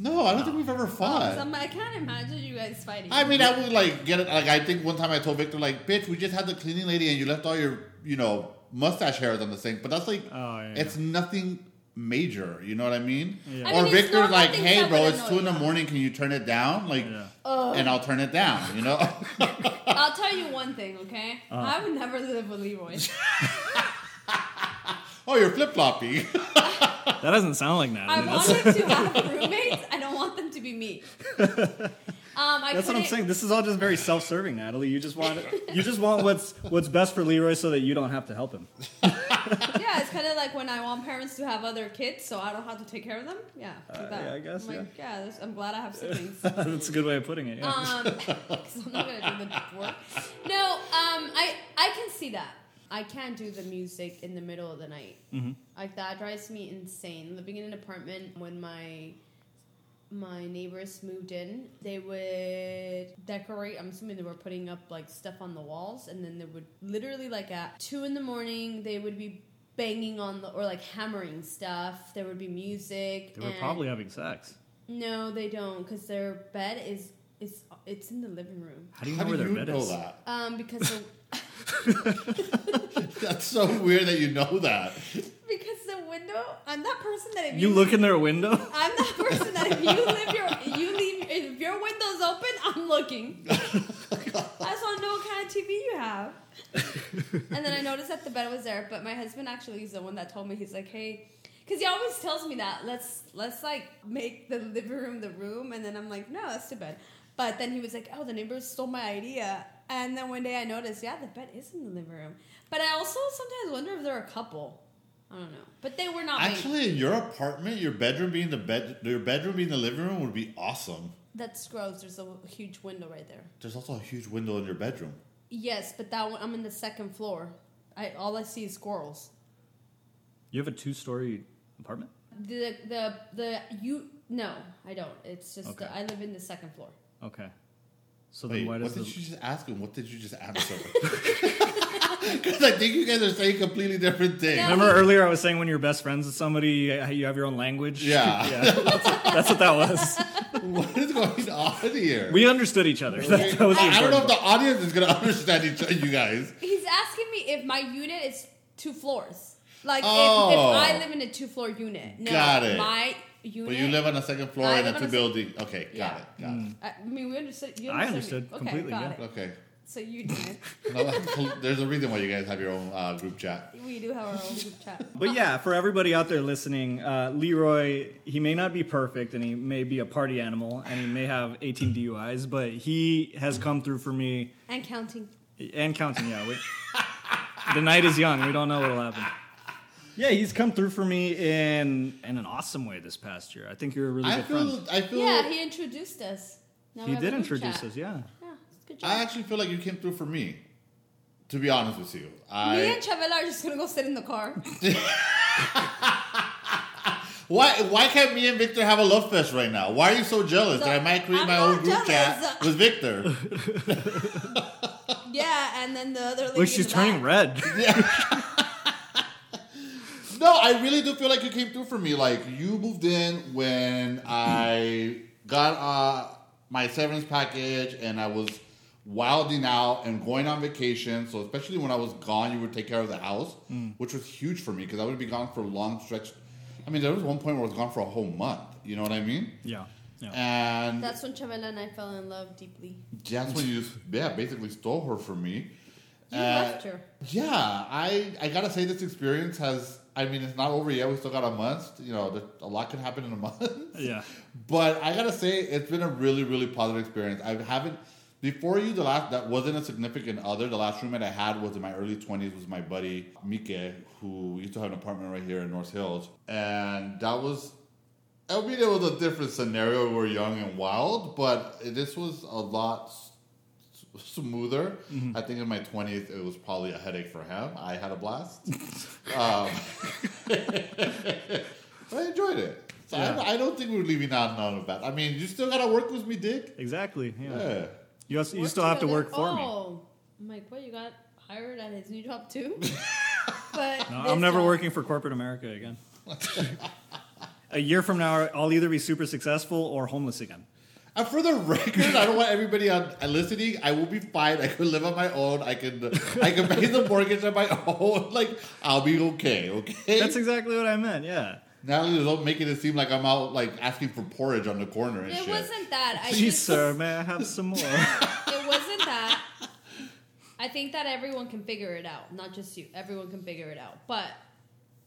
Speaker 3: No, I don't think we've ever fought.
Speaker 2: Because I'm- I can't imagine you guys fighting.
Speaker 3: I mean, I would like get it. Like, I think one time I told Victor, like, bitch, we just had the cleaning lady and you left all your, you know, mustache hairs on the sink. But that's like,
Speaker 1: Oh, yeah.
Speaker 3: it's nothing major. You know what I mean?
Speaker 1: Yeah. I
Speaker 3: Or
Speaker 2: mean, it's
Speaker 3: Victor,
Speaker 2: normal
Speaker 3: like,
Speaker 2: things
Speaker 3: hey,
Speaker 2: that
Speaker 3: bro,
Speaker 2: would
Speaker 3: it's
Speaker 2: annoy
Speaker 3: two in the
Speaker 2: you.
Speaker 3: morning. Can you turn it down? Like,
Speaker 1: Yeah.
Speaker 3: and I'll turn it down, you know?
Speaker 2: I'll tell you one thing, okay? I would never live with Leroy.
Speaker 3: oh, you're flip floppy.
Speaker 1: that doesn't sound like that.
Speaker 2: I
Speaker 1: dude. That's-
Speaker 2: wanted to have roommates. I don't want them to be me. Um, I
Speaker 1: That's what I'm
Speaker 2: couldn't-
Speaker 1: saying. This is all just very self-serving, Natalie. You just want you just want what's what's best for Leroy, so that you don't have to help him.
Speaker 2: Yeah, it's kind of like when I want parents to have other kids, so I don't have to take care of them. Yeah, like that.
Speaker 1: yeah, I guess,
Speaker 2: I'm like, yeah, this- I'm glad I have siblings. Um,
Speaker 1: That's a good way of putting it. Yeah.
Speaker 2: 'cause I'm not gonna do the work. No, um, I I can see that. I can't do the music in the middle of the night.
Speaker 1: Mm-hmm.
Speaker 2: Like that drives me insane. Living in an apartment when my my neighbors moved in, they would decorate. I'm assuming they were putting up like stuff on the walls, and then they would literally like at two in the morning they would be banging on the or like hammering stuff. There would be music.
Speaker 1: They were
Speaker 2: and-
Speaker 1: probably having sex.
Speaker 2: no, they don't because their bed is is it's in the living room.
Speaker 1: How do you
Speaker 3: How
Speaker 1: know
Speaker 3: do
Speaker 1: where
Speaker 3: you
Speaker 1: their bed
Speaker 3: know
Speaker 1: is?
Speaker 3: that?
Speaker 2: Um, because the,
Speaker 3: That's so weird that you know that.
Speaker 2: because the window. I'm that person that if
Speaker 1: You look in their window.
Speaker 2: I'm that person that if you live your you leave if your window's open, I'm looking. I just want to know what kind of TV you have. and then I noticed that the bed was there, but my husband actually is the one that told me he's like, hey. Because he always tells me that let's let's like make the living room the room, and then I'm like, no, that's too bad. But then he was like, oh, the neighbors stole my idea, and then one day I noticed, yeah, the bed is in the living room. But I also sometimes wonder if they're a couple. I don't know, but they were not. married.
Speaker 3: Actually, in your apartment, your bedroom being the bed, your bedroom being the living room would be awesome.
Speaker 2: That's gross. There's a huge window right there.
Speaker 3: There's also a huge window in your bedroom.
Speaker 2: Yes, but that one I'm in the second floor. I all I see is squirrels.
Speaker 1: You have a two-story apartment.
Speaker 2: The the the you no, I don't. It's just
Speaker 1: Okay.
Speaker 2: the, I live in the second floor.
Speaker 1: Okay. So then
Speaker 3: Wait,
Speaker 1: why
Speaker 3: what
Speaker 1: does
Speaker 3: did
Speaker 1: the
Speaker 3: you just ask him? What did you just answer? Because I think you guys are saying completely different things.
Speaker 2: No.
Speaker 1: remember earlier I was saying when you're best friends with somebody, you you have your own language.
Speaker 3: Yeah.
Speaker 1: That's, that's what that was.
Speaker 3: What is going on here?
Speaker 1: We understood each other. That, that was the
Speaker 3: I, I don't know
Speaker 1: important
Speaker 3: if the audience is going to understand each you guys.
Speaker 2: He's asking me if my unit is two floors. Like if,
Speaker 3: Oh.
Speaker 2: if I live in a two floor unit. No,
Speaker 3: Got it.
Speaker 2: My unit.
Speaker 3: But you live on a second floor
Speaker 2: I
Speaker 3: in
Speaker 2: live on
Speaker 3: a
Speaker 2: a
Speaker 3: two
Speaker 2: sec-
Speaker 3: building. Okay, got
Speaker 2: Yeah.
Speaker 3: it, got
Speaker 1: Mm.
Speaker 2: I mean, we understood. You
Speaker 1: I
Speaker 2: understood,
Speaker 1: understood
Speaker 2: me.
Speaker 1: completely,
Speaker 2: Okay, got
Speaker 1: yeah.
Speaker 2: it.
Speaker 3: it. Okay.
Speaker 2: So you did.
Speaker 3: No, that's- there's a reason why you guys have your own uh, group chat.
Speaker 2: we do have our own group chat.
Speaker 1: But yeah, for everybody out there listening, uh, Leroy, he may not be perfect and he may be a party animal and he may have 18 DUIs, but he has come through for me
Speaker 2: And counting.
Speaker 1: and counting. Yeah, we, the night is young. We don't know what'll happen. Yeah, he's come through for me in in an awesome way this past year. I think you're a really
Speaker 3: I
Speaker 1: good
Speaker 3: feel,
Speaker 1: friend.
Speaker 3: I feel,
Speaker 2: Yeah, he introduced us. Now we
Speaker 1: He
Speaker 2: have a
Speaker 1: did
Speaker 2: group
Speaker 1: introduce
Speaker 2: chat.
Speaker 1: us. Yeah.
Speaker 2: Yeah, it's good job.
Speaker 3: I actually feel like you came through for me. To be honest with you,
Speaker 2: me and
Speaker 3: I
Speaker 2: Chavela are just gonna go sit in the car.
Speaker 3: why why can't me and Victor have a love fest right now? Why are you so jealous that I might create
Speaker 2: I'm
Speaker 3: my
Speaker 2: not
Speaker 3: own
Speaker 2: jealous.
Speaker 3: group chat with Victor?
Speaker 2: yeah, and then the other lady.
Speaker 1: Look, she's
Speaker 2: in the
Speaker 1: turning red.
Speaker 2: back.
Speaker 3: No, I really do feel like you came through for me. Like you moved in when I got uh, my severance package, and I was wilding out and going on vacation. So especially when I was gone, you would take care of the house,
Speaker 2: Mm.
Speaker 3: which was huge for me because I would be gone for long stretch. I mean, there was one point where I was gone for a whole month. You know what I mean?
Speaker 1: Yeah. Yeah.
Speaker 3: And
Speaker 2: That's when Chavela and I fell in love deeply.
Speaker 3: that's when you, yeah, basically stole her from me.
Speaker 2: You
Speaker 3: Uh,
Speaker 2: left her.
Speaker 3: Yeah, I I gotta say this experience has. I mean, it's not over yet. We still got a month. You know, there, a lot can happen in a month.
Speaker 1: Yeah.
Speaker 3: But I gotta say, it's been a really, really positive experience. I haven't before you. The last that wasn't a significant other. The last roommate I had was in my early twenties. Was my buddy Mike, who used to have an apartment right here in North Hills, and that was. I mean, it was a different scenario. We were young and wild, but this was a lot s- smoother.
Speaker 1: Mm-hmm.
Speaker 3: I think in my twenties, it was probably a headache for him. I had a blast. um, but I enjoyed it. So
Speaker 1: Yeah.
Speaker 3: I, I don't think we're leaving out none of that. I mean, you still gotta work with me, Dick.
Speaker 1: Exactly. Yeah.
Speaker 3: Yeah.
Speaker 1: You also, you
Speaker 2: Work
Speaker 1: still have to
Speaker 2: together.
Speaker 1: work for me.
Speaker 2: oh. I'm like, what? You got hired at his new job too? but
Speaker 1: No,
Speaker 2: this
Speaker 1: I'm never
Speaker 2: job-
Speaker 1: working for corporate America again. a year from now, I'll either be super successful or homeless again.
Speaker 3: And for the record, I don't want everybody on uh, listening. I will be fine. I can live on my own. I can I can pay the mortgage on my own. Like I'll be okay. Okay.
Speaker 1: That's exactly what I meant. Yeah.
Speaker 3: Natalie, don't make it seem like I'm out like asking for porridge on the corner and
Speaker 2: It
Speaker 3: shit.
Speaker 2: wasn't that. I
Speaker 1: Please,
Speaker 2: just,
Speaker 1: sir, may I have some more?
Speaker 2: It wasn't that. I think that everyone can figure it out, not just you. Everyone can figure it out. But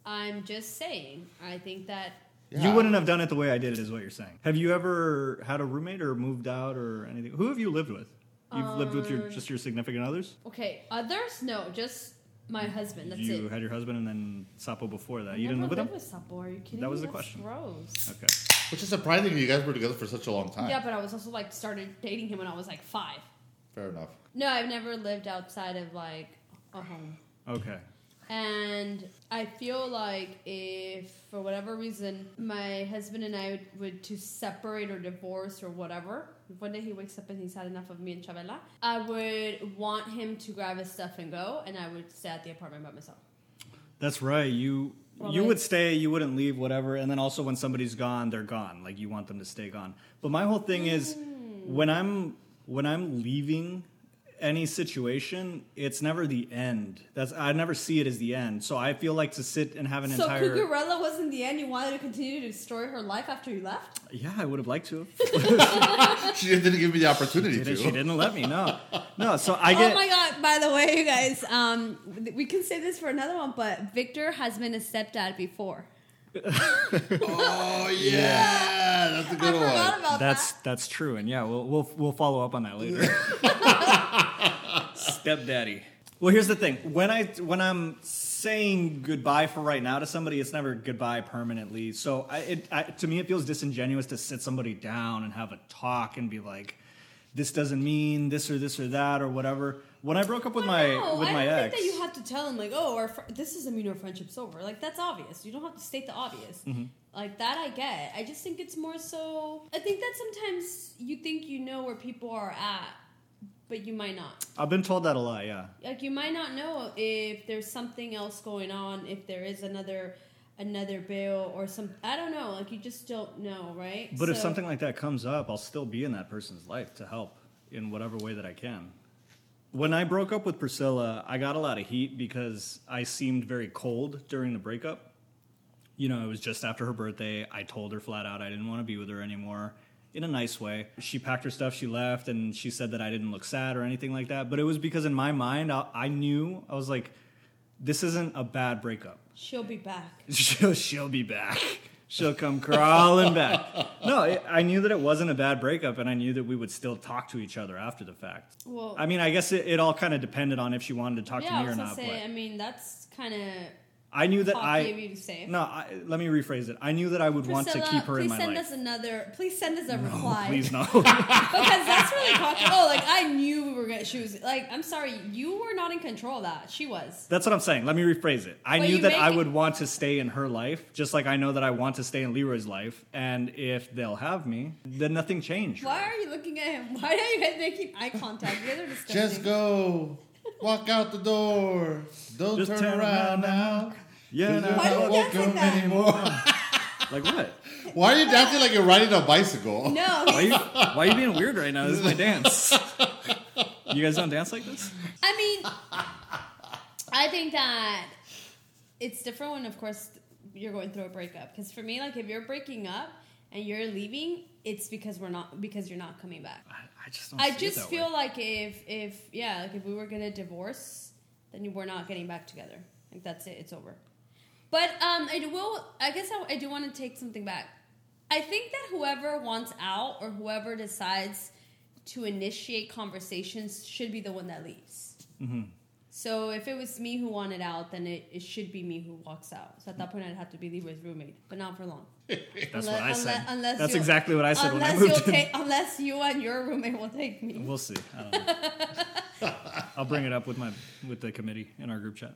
Speaker 2: I'm just saying, I think that
Speaker 1: You
Speaker 3: Yeah.
Speaker 1: wouldn't have done it the way I did it, is what you're saying. Have you ever had a roommate or moved out or anything? Who have you lived with? You've lived with your
Speaker 2: Um,
Speaker 1: just your significant others.
Speaker 2: okay, others no, just my husband. That's
Speaker 1: you
Speaker 2: it.
Speaker 1: had your husband and then Sapo before that.
Speaker 2: I
Speaker 1: you didn't live
Speaker 2: never
Speaker 1: with him.
Speaker 2: lived Sapporo. Are you kidding
Speaker 1: That
Speaker 2: me?
Speaker 1: was the
Speaker 2: That's
Speaker 1: question.
Speaker 2: Gross.
Speaker 1: Okay.
Speaker 3: Which is surprising. You guys were together for such a long time.
Speaker 2: Yeah, but I was also like started dating him when I was like five.
Speaker 3: Fair enough.
Speaker 2: No, I've never lived outside of like a home.
Speaker 1: Okay.
Speaker 2: And I feel like if, for whatever reason, my husband and I would, would to separate or divorce or whatever, one day he wakes up and he's had enough of me and Chabela, I would want him to grab his stuff and go, and I would stay at the apartment by myself.
Speaker 1: That's right. You
Speaker 2: Well,
Speaker 1: you
Speaker 2: like-
Speaker 1: would stay, you wouldn't leave, whatever. And then also when somebody's gone, they're gone. Like you want them to stay gone. But my whole thing is
Speaker 2: Mm.
Speaker 1: when I'm when I'm leaving any situation, it's never the end. That's I never see it as the end. So I feel like to sit and have an
Speaker 2: so
Speaker 1: entire
Speaker 2: Cucurella wasn't the end. You wanted to continue to destroy her life after you left.
Speaker 1: Yeah, I would have liked to.
Speaker 3: She just didn't give me the opportunity
Speaker 1: Didn't-
Speaker 3: to.
Speaker 1: she didn't let me. No. No, so I
Speaker 2: oh
Speaker 1: get
Speaker 2: my god! By the way, you guys, um, th- we can say this for another one, but Victor has been a stepdad before.
Speaker 3: Oh yeah, that's a
Speaker 2: I
Speaker 3: good one.
Speaker 2: forgot about
Speaker 1: That's
Speaker 2: that.
Speaker 1: that's true, and yeah, we'll we'll we'll follow up on that later. Stepdaddy. Well, here's the thing: when I when I'm saying goodbye for right now to somebody, it's never goodbye permanently. So, I, it I, to me, it feels disingenuous to sit somebody down and have a talk and be like, "This doesn't mean this or this or that or whatever." When I broke up with my
Speaker 2: no,
Speaker 1: with
Speaker 2: I
Speaker 1: my
Speaker 2: don't
Speaker 1: ex,
Speaker 2: think that you have to tell him like, oh, our fr- this doesn't mean our friendship's over. Like that's obvious. You don't have to state the obvious.
Speaker 1: Mm-hmm.
Speaker 2: Like that, I get. I just think it's more so. I think that sometimes you think you know where people are at, but you might not.
Speaker 1: I've been told that a lot. Yeah,
Speaker 2: Like you might not know if there's something else going on, if there is another another bill or some. I don't know. Like you just don't know, right?
Speaker 1: but if
Speaker 2: So-
Speaker 1: something like that comes up, I'll still be in that person's life to help in whatever way that I can. when I broke up with Priscilla, I got a lot of heat because I seemed very cold during the breakup. You know, it was just after her birthday. I told her flat out I didn't want to be with her anymore in a nice way. She packed her stuff, she left, and she said that I didn't look sad or anything like that. But it was because in my mind, I, I knew, I was like, this isn't a bad breakup
Speaker 2: She'll be back.
Speaker 1: she'll, she'll be back. She'll come crawling back. No, it, I knew that it wasn't a bad breakup, and I knew that we would still talk to each other after the fact.
Speaker 2: Well-
Speaker 1: I mean, I guess it, it all kind of depended on if she wanted to talk
Speaker 2: yeah, I
Speaker 1: to me or
Speaker 2: was gonna
Speaker 1: not.
Speaker 2: say. I
Speaker 1: but
Speaker 2: mean, that's kind of
Speaker 1: I knew that
Speaker 2: cocky of
Speaker 1: I.
Speaker 2: you to say.
Speaker 1: No, I, let me rephrase it. I knew that I would want to
Speaker 2: Priscilla,
Speaker 1: keep her
Speaker 2: please
Speaker 1: in my
Speaker 2: send
Speaker 1: life.
Speaker 2: us another. Please send us a reply.
Speaker 1: Please no.
Speaker 2: because that's really cocky. Oh, like I knew we were gonna. She was like, I'm sorry, you were not in control of that. She was.
Speaker 1: That's what I'm saying. Let me rephrase it. I
Speaker 2: Well,
Speaker 1: knew
Speaker 2: you
Speaker 1: that
Speaker 2: make
Speaker 1: I
Speaker 2: it-
Speaker 1: would want to stay in her life, just like I know that I want to stay in Leroy's life. And if they'll have me, then nothing changed.
Speaker 2: Why are you looking at him? Why are you guys making eye contact? You guys are disgusting.
Speaker 3: Just go. Walk out the door. Don't
Speaker 1: Just
Speaker 3: turn,
Speaker 1: turn around
Speaker 3: around, now.
Speaker 1: Yeah. no,
Speaker 2: Why do you dance like
Speaker 3: welcome
Speaker 2: that?
Speaker 3: anymore.
Speaker 1: like what?
Speaker 3: Why are you dancing like you're riding a bicycle?
Speaker 2: No,
Speaker 1: Why are, you, why are you being weird right now? This is my dance. You guys don't dance like this?
Speaker 2: I mean, I think that it's different when, of course, you're going through a breakup. Because for me, like if you're breaking up and you're leaving, it's because we're not because you're not coming back.
Speaker 1: I, I just don't
Speaker 2: I
Speaker 1: see it
Speaker 2: just
Speaker 1: that
Speaker 2: feel
Speaker 1: way.
Speaker 2: like if if yeah, like if we were gonna divorce, then we're not getting back together. Like that's it. It's over. But um, I do- will. I guess I, I do want to take something back. I think that whoever wants out or whoever decides to initiate conversations should be the one that leaves.
Speaker 1: Mm-hmm.
Speaker 2: So if it was me who wanted out, then it, it should be me who walks out. So at that point, I'd have to be Libra's roommate, but not for long.
Speaker 1: That's
Speaker 2: Unle-
Speaker 1: what I
Speaker 2: unle-
Speaker 1: said.
Speaker 2: unless
Speaker 1: That's
Speaker 2: you-
Speaker 1: exactly what I said when I
Speaker 2: Unless
Speaker 1: moved
Speaker 2: you'll
Speaker 1: in.
Speaker 2: take, unless you and your roommate will take me.
Speaker 1: We'll see. I don't know. I'll bring it up with my with the committee in our group chat.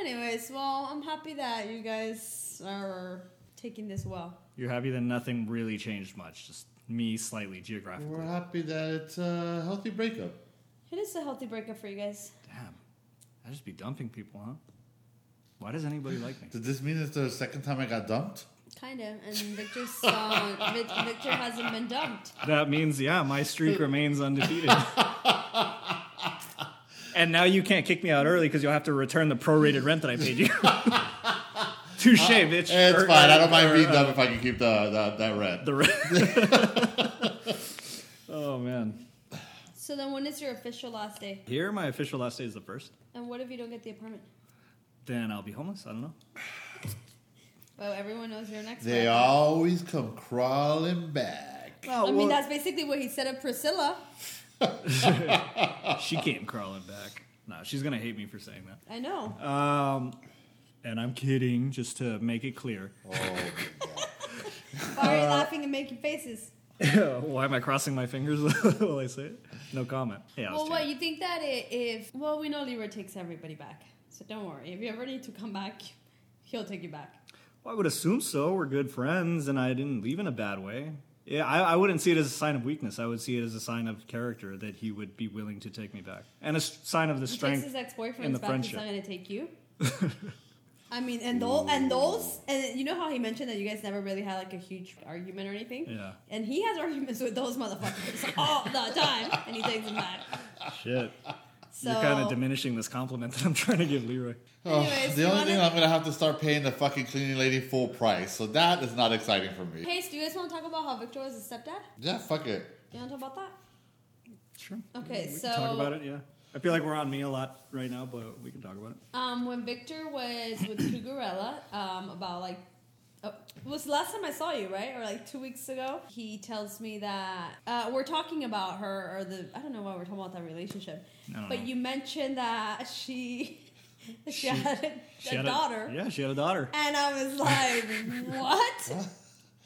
Speaker 2: Anyways, well, I'm happy that you guys are taking this well.
Speaker 1: You're happy that nothing really changed much, just me slightly
Speaker 3: We're
Speaker 1: geographically.
Speaker 3: happy that it's a healthy breakup.
Speaker 2: It is a healthy breakup for you guys.
Speaker 1: Damn. I just be dumping people, huh? Why does anybody like me?
Speaker 3: Did this mean it's the second time I got dumped?
Speaker 2: Kinda. And Victor's uh, Vic- Victor hasn't been dumped.
Speaker 1: That means, yeah, my streak remains undefeated. and now you can't kick me out early because you'll have to return the prorated rent that I paid you. Touche, bitch.
Speaker 3: Uh, It's
Speaker 1: Or-
Speaker 3: fine. I don't
Speaker 1: or,
Speaker 3: mind being
Speaker 1: uh,
Speaker 3: dumb if I can keep the, the that red.
Speaker 1: The rent. oh man.
Speaker 2: So then, when is your official last day?
Speaker 1: Here, my official last day is the first.
Speaker 2: And what if you don't get the apartment?
Speaker 1: Then I'll be homeless. I don't know.
Speaker 2: Well, everyone knows your next.
Speaker 3: They
Speaker 2: one.
Speaker 3: always come crawling back.
Speaker 2: I mean, that's basically what he said of Priscilla.
Speaker 3: uh,
Speaker 1: she came crawling back. No, she's gonna hate me for saying that.
Speaker 2: I know.
Speaker 1: Um, and I'm kidding, just to make it clear.
Speaker 3: Oh,
Speaker 2: Why are you laughing and making faces?
Speaker 3: Oh.
Speaker 1: Why am I crossing my fingers while I say it? No comment. Yeah. I was
Speaker 2: Well, what
Speaker 1: kidding.
Speaker 2: you think that i- if well, we know Libra takes everybody back, so don't worry. If you ever need to come back, he'll take you back.
Speaker 1: Well, I would assume so. We're good friends, and I didn't leave in a bad way. Yeah, I, I wouldn't see it as a sign of weakness. I would see it as a sign of character that he would be willing to take me back, and a s- sign of the
Speaker 2: He
Speaker 1: strength
Speaker 2: takes his
Speaker 1: in
Speaker 2: ex-boyfriend's
Speaker 1: the
Speaker 2: back. He's
Speaker 1: friendship.
Speaker 2: not gonna take you. I mean, and those, and those, and you know how he mentioned that you guys never really had like a huge argument or anything.
Speaker 1: Yeah.
Speaker 2: And he has arguments with those motherfuckers all the time, and he takes them back.
Speaker 1: Shit,
Speaker 2: So,
Speaker 1: you're kind of diminishing this compliment that I'm trying to give Leroy.
Speaker 3: Oh,
Speaker 2: Anyways,
Speaker 3: the
Speaker 2: you
Speaker 3: only thing
Speaker 2: wanna-
Speaker 3: I'm gonna have to start paying the fucking cleaning lady full price, so that is not exciting for me.
Speaker 2: Hey, so do you guys want to talk about how Victor was a stepdad?
Speaker 3: Yeah, fuck it.
Speaker 2: You want to talk about that?
Speaker 1: Sure.
Speaker 2: Okay,
Speaker 1: we
Speaker 2: so
Speaker 1: can talk about it. Yeah, I feel like we're on me a lot right now, but we can talk about it.
Speaker 2: Um, when Victor was with Cugarella, um, about like, oh, it was the last time I saw you, right? Or like two weeks ago, he tells me that uh, we're talking about her or the I don't know why we're talking about that relationship,
Speaker 1: I don't
Speaker 2: but
Speaker 1: know.
Speaker 2: you mentioned that she she, had a,
Speaker 1: She
Speaker 2: a
Speaker 1: had
Speaker 2: daughter,
Speaker 1: yeah, she had a daughter.
Speaker 2: and I was like, what?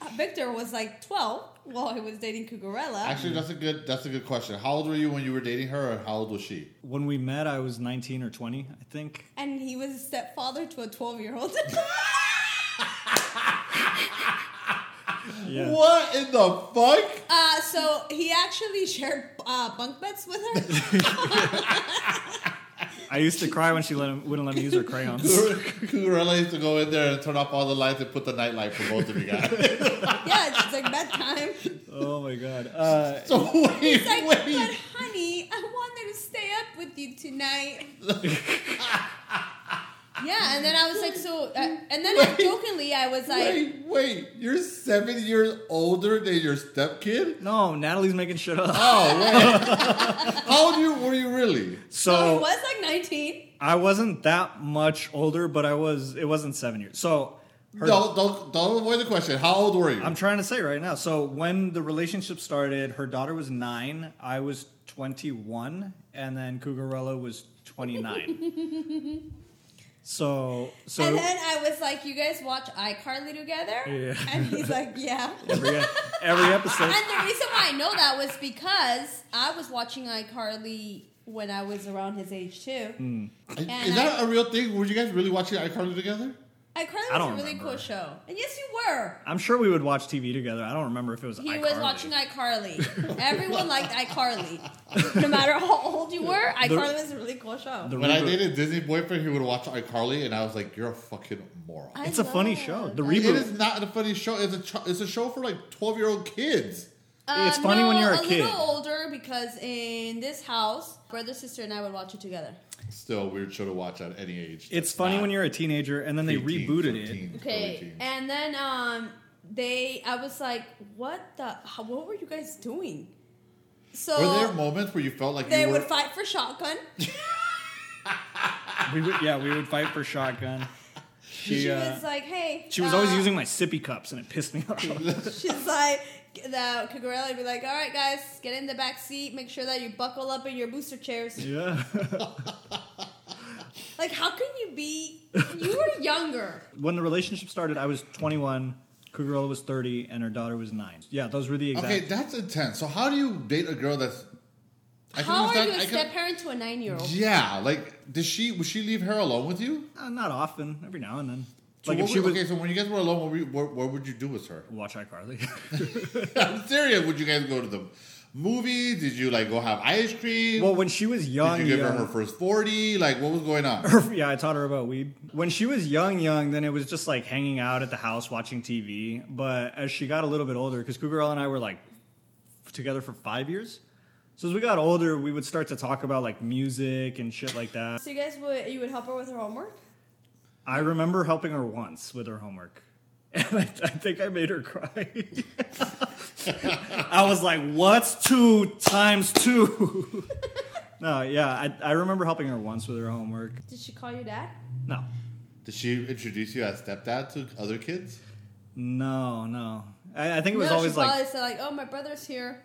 Speaker 2: Uh, Victor was like twelve while he was dating Cugarella.
Speaker 3: Actually, that's a good that's a good question. How old were you when you were dating her, and how old was she?
Speaker 1: When we met, I was 19 or 20, I think.
Speaker 2: and he was a stepfather to a 12 year old.
Speaker 1: Yeah.
Speaker 3: What in the fuck?
Speaker 2: uh, so he actually shared uh, bunk beds with her.
Speaker 1: I used to cry when she let him, wouldn't let me use her crayons.
Speaker 3: Cucurella used to go in there and turn off all the lights and put the nightlight for both of you guys.
Speaker 2: yeah, it's just like bedtime.
Speaker 1: oh my god. Uh,
Speaker 3: so wait,
Speaker 2: It's like,
Speaker 3: wait.
Speaker 2: but honey, I want
Speaker 4: night.
Speaker 2: Yeah, and then I was like, so, uh, and then I, jokingly I was like,
Speaker 3: Wait, wait, you're seven years older than your stepkid?
Speaker 1: No, Natalie's making shit up.
Speaker 3: Oh, wait. How old you, were you really?
Speaker 2: so it
Speaker 1: So
Speaker 2: was like 19.
Speaker 1: I wasn't that much older, but I was. It wasn't seven years. So her-
Speaker 3: Don't, don't, don't avoid the question. How old were you?
Speaker 1: I'm trying to say right now. So when the relationship started, her daughter was nine, I was 21, and then Cougarella was 29. so so
Speaker 2: and then I was like, you guys watch iCarly together?
Speaker 1: Yeah.
Speaker 2: And he's like, yeah.
Speaker 1: every e, every episode.
Speaker 2: And the reason why I know that was because I was watching iCarly when I was around his age too.
Speaker 3: Is that a real thing? Were you guys really watching iCarly together?
Speaker 2: iCarly
Speaker 1: I
Speaker 2: was a
Speaker 1: don't
Speaker 2: really cool
Speaker 1: remember.
Speaker 2: show. And yes, you were.
Speaker 1: I'm sure we would watch TV together. I don't remember if it was.
Speaker 2: He was watching iCarly. Everyone liked iCarly. No matter how old you were, iCarly was a really cool show.
Speaker 1: The
Speaker 3: When I
Speaker 1: reboot-
Speaker 3: dated Disney boyfriend, he would watch iCarly, and I was like, "You're a fucking moron."
Speaker 2: I
Speaker 1: It's a funny
Speaker 2: love
Speaker 1: show. The
Speaker 2: that.
Speaker 1: reboot-
Speaker 3: it is not a funny show. It's a ch- it's a show for like twelve year old kids.
Speaker 2: Uh,
Speaker 1: It's funny when you're a kid.
Speaker 2: little older because in this house, brother, sister, and I would watch it together.
Speaker 3: Still a weird show to watch at any age.
Speaker 1: It's funny when you're a teenager, and then they rebooted it.
Speaker 2: Okay, and then um, they, I was like, what the, how, what were you guys doing? So
Speaker 3: Were there moments where you felt like
Speaker 2: they
Speaker 3: you were?
Speaker 2: would fight for shotgun.
Speaker 1: We would, yeah, we would fight for shotgun. She,
Speaker 2: She
Speaker 1: uh,
Speaker 2: was like, hey,
Speaker 1: she was always
Speaker 2: uh,
Speaker 1: using my sippy cups, and it pissed me off.
Speaker 2: She's like, the Cagarelli would be like, all right, guys, get in the back seat. Make sure that you buckle up in your booster chairs.
Speaker 1: yeah.
Speaker 2: Like, how can you be? You were younger.
Speaker 1: when the relationship started, I was 21, Cougarella was 30, and her daughter was nine. Yeah, those were the exact.
Speaker 3: okay, that's intense. So how do you date a girl that's? I
Speaker 2: How are
Speaker 3: understand-
Speaker 2: you a
Speaker 3: I can-
Speaker 2: step parent to a nine year old?
Speaker 3: Yeah, like did she? Would she leave her alone with you?
Speaker 1: Uh, not often, every now and then.
Speaker 3: So
Speaker 1: like
Speaker 3: what
Speaker 1: if she
Speaker 3: would-
Speaker 1: was
Speaker 3: okay, so when you guys were alone, what, were you, what, what would you do with her?
Speaker 1: watch iCarly.
Speaker 3: I'm serious. Would you guys go to the movie? Did you like go have ice cream?
Speaker 1: well, when she was young,
Speaker 3: Did you give her
Speaker 1: young-
Speaker 3: her first 40? Like, what was going on?
Speaker 1: her- yeah, I taught her about weed. When she was young, young, then it was just like hanging out at the house watching TV. But as she got a little bit older, because Cougarella and I were like f- together for five years. So as we got older, we would start to talk about like music and shit like that.
Speaker 2: So you guys would you would help her with her homework?
Speaker 1: I remember helping her once with her homework. And I, I think I made her cry. I was like, what's two times two? no, yeah, I, I remember helping her once with her homework.
Speaker 2: Did she call you dad?
Speaker 1: No,
Speaker 3: Did she introduce you as stepdad to other kids?
Speaker 1: no, no. I, I think it was
Speaker 2: no,
Speaker 1: always
Speaker 2: she
Speaker 1: like,
Speaker 2: probably said like, "Oh, my brother's here."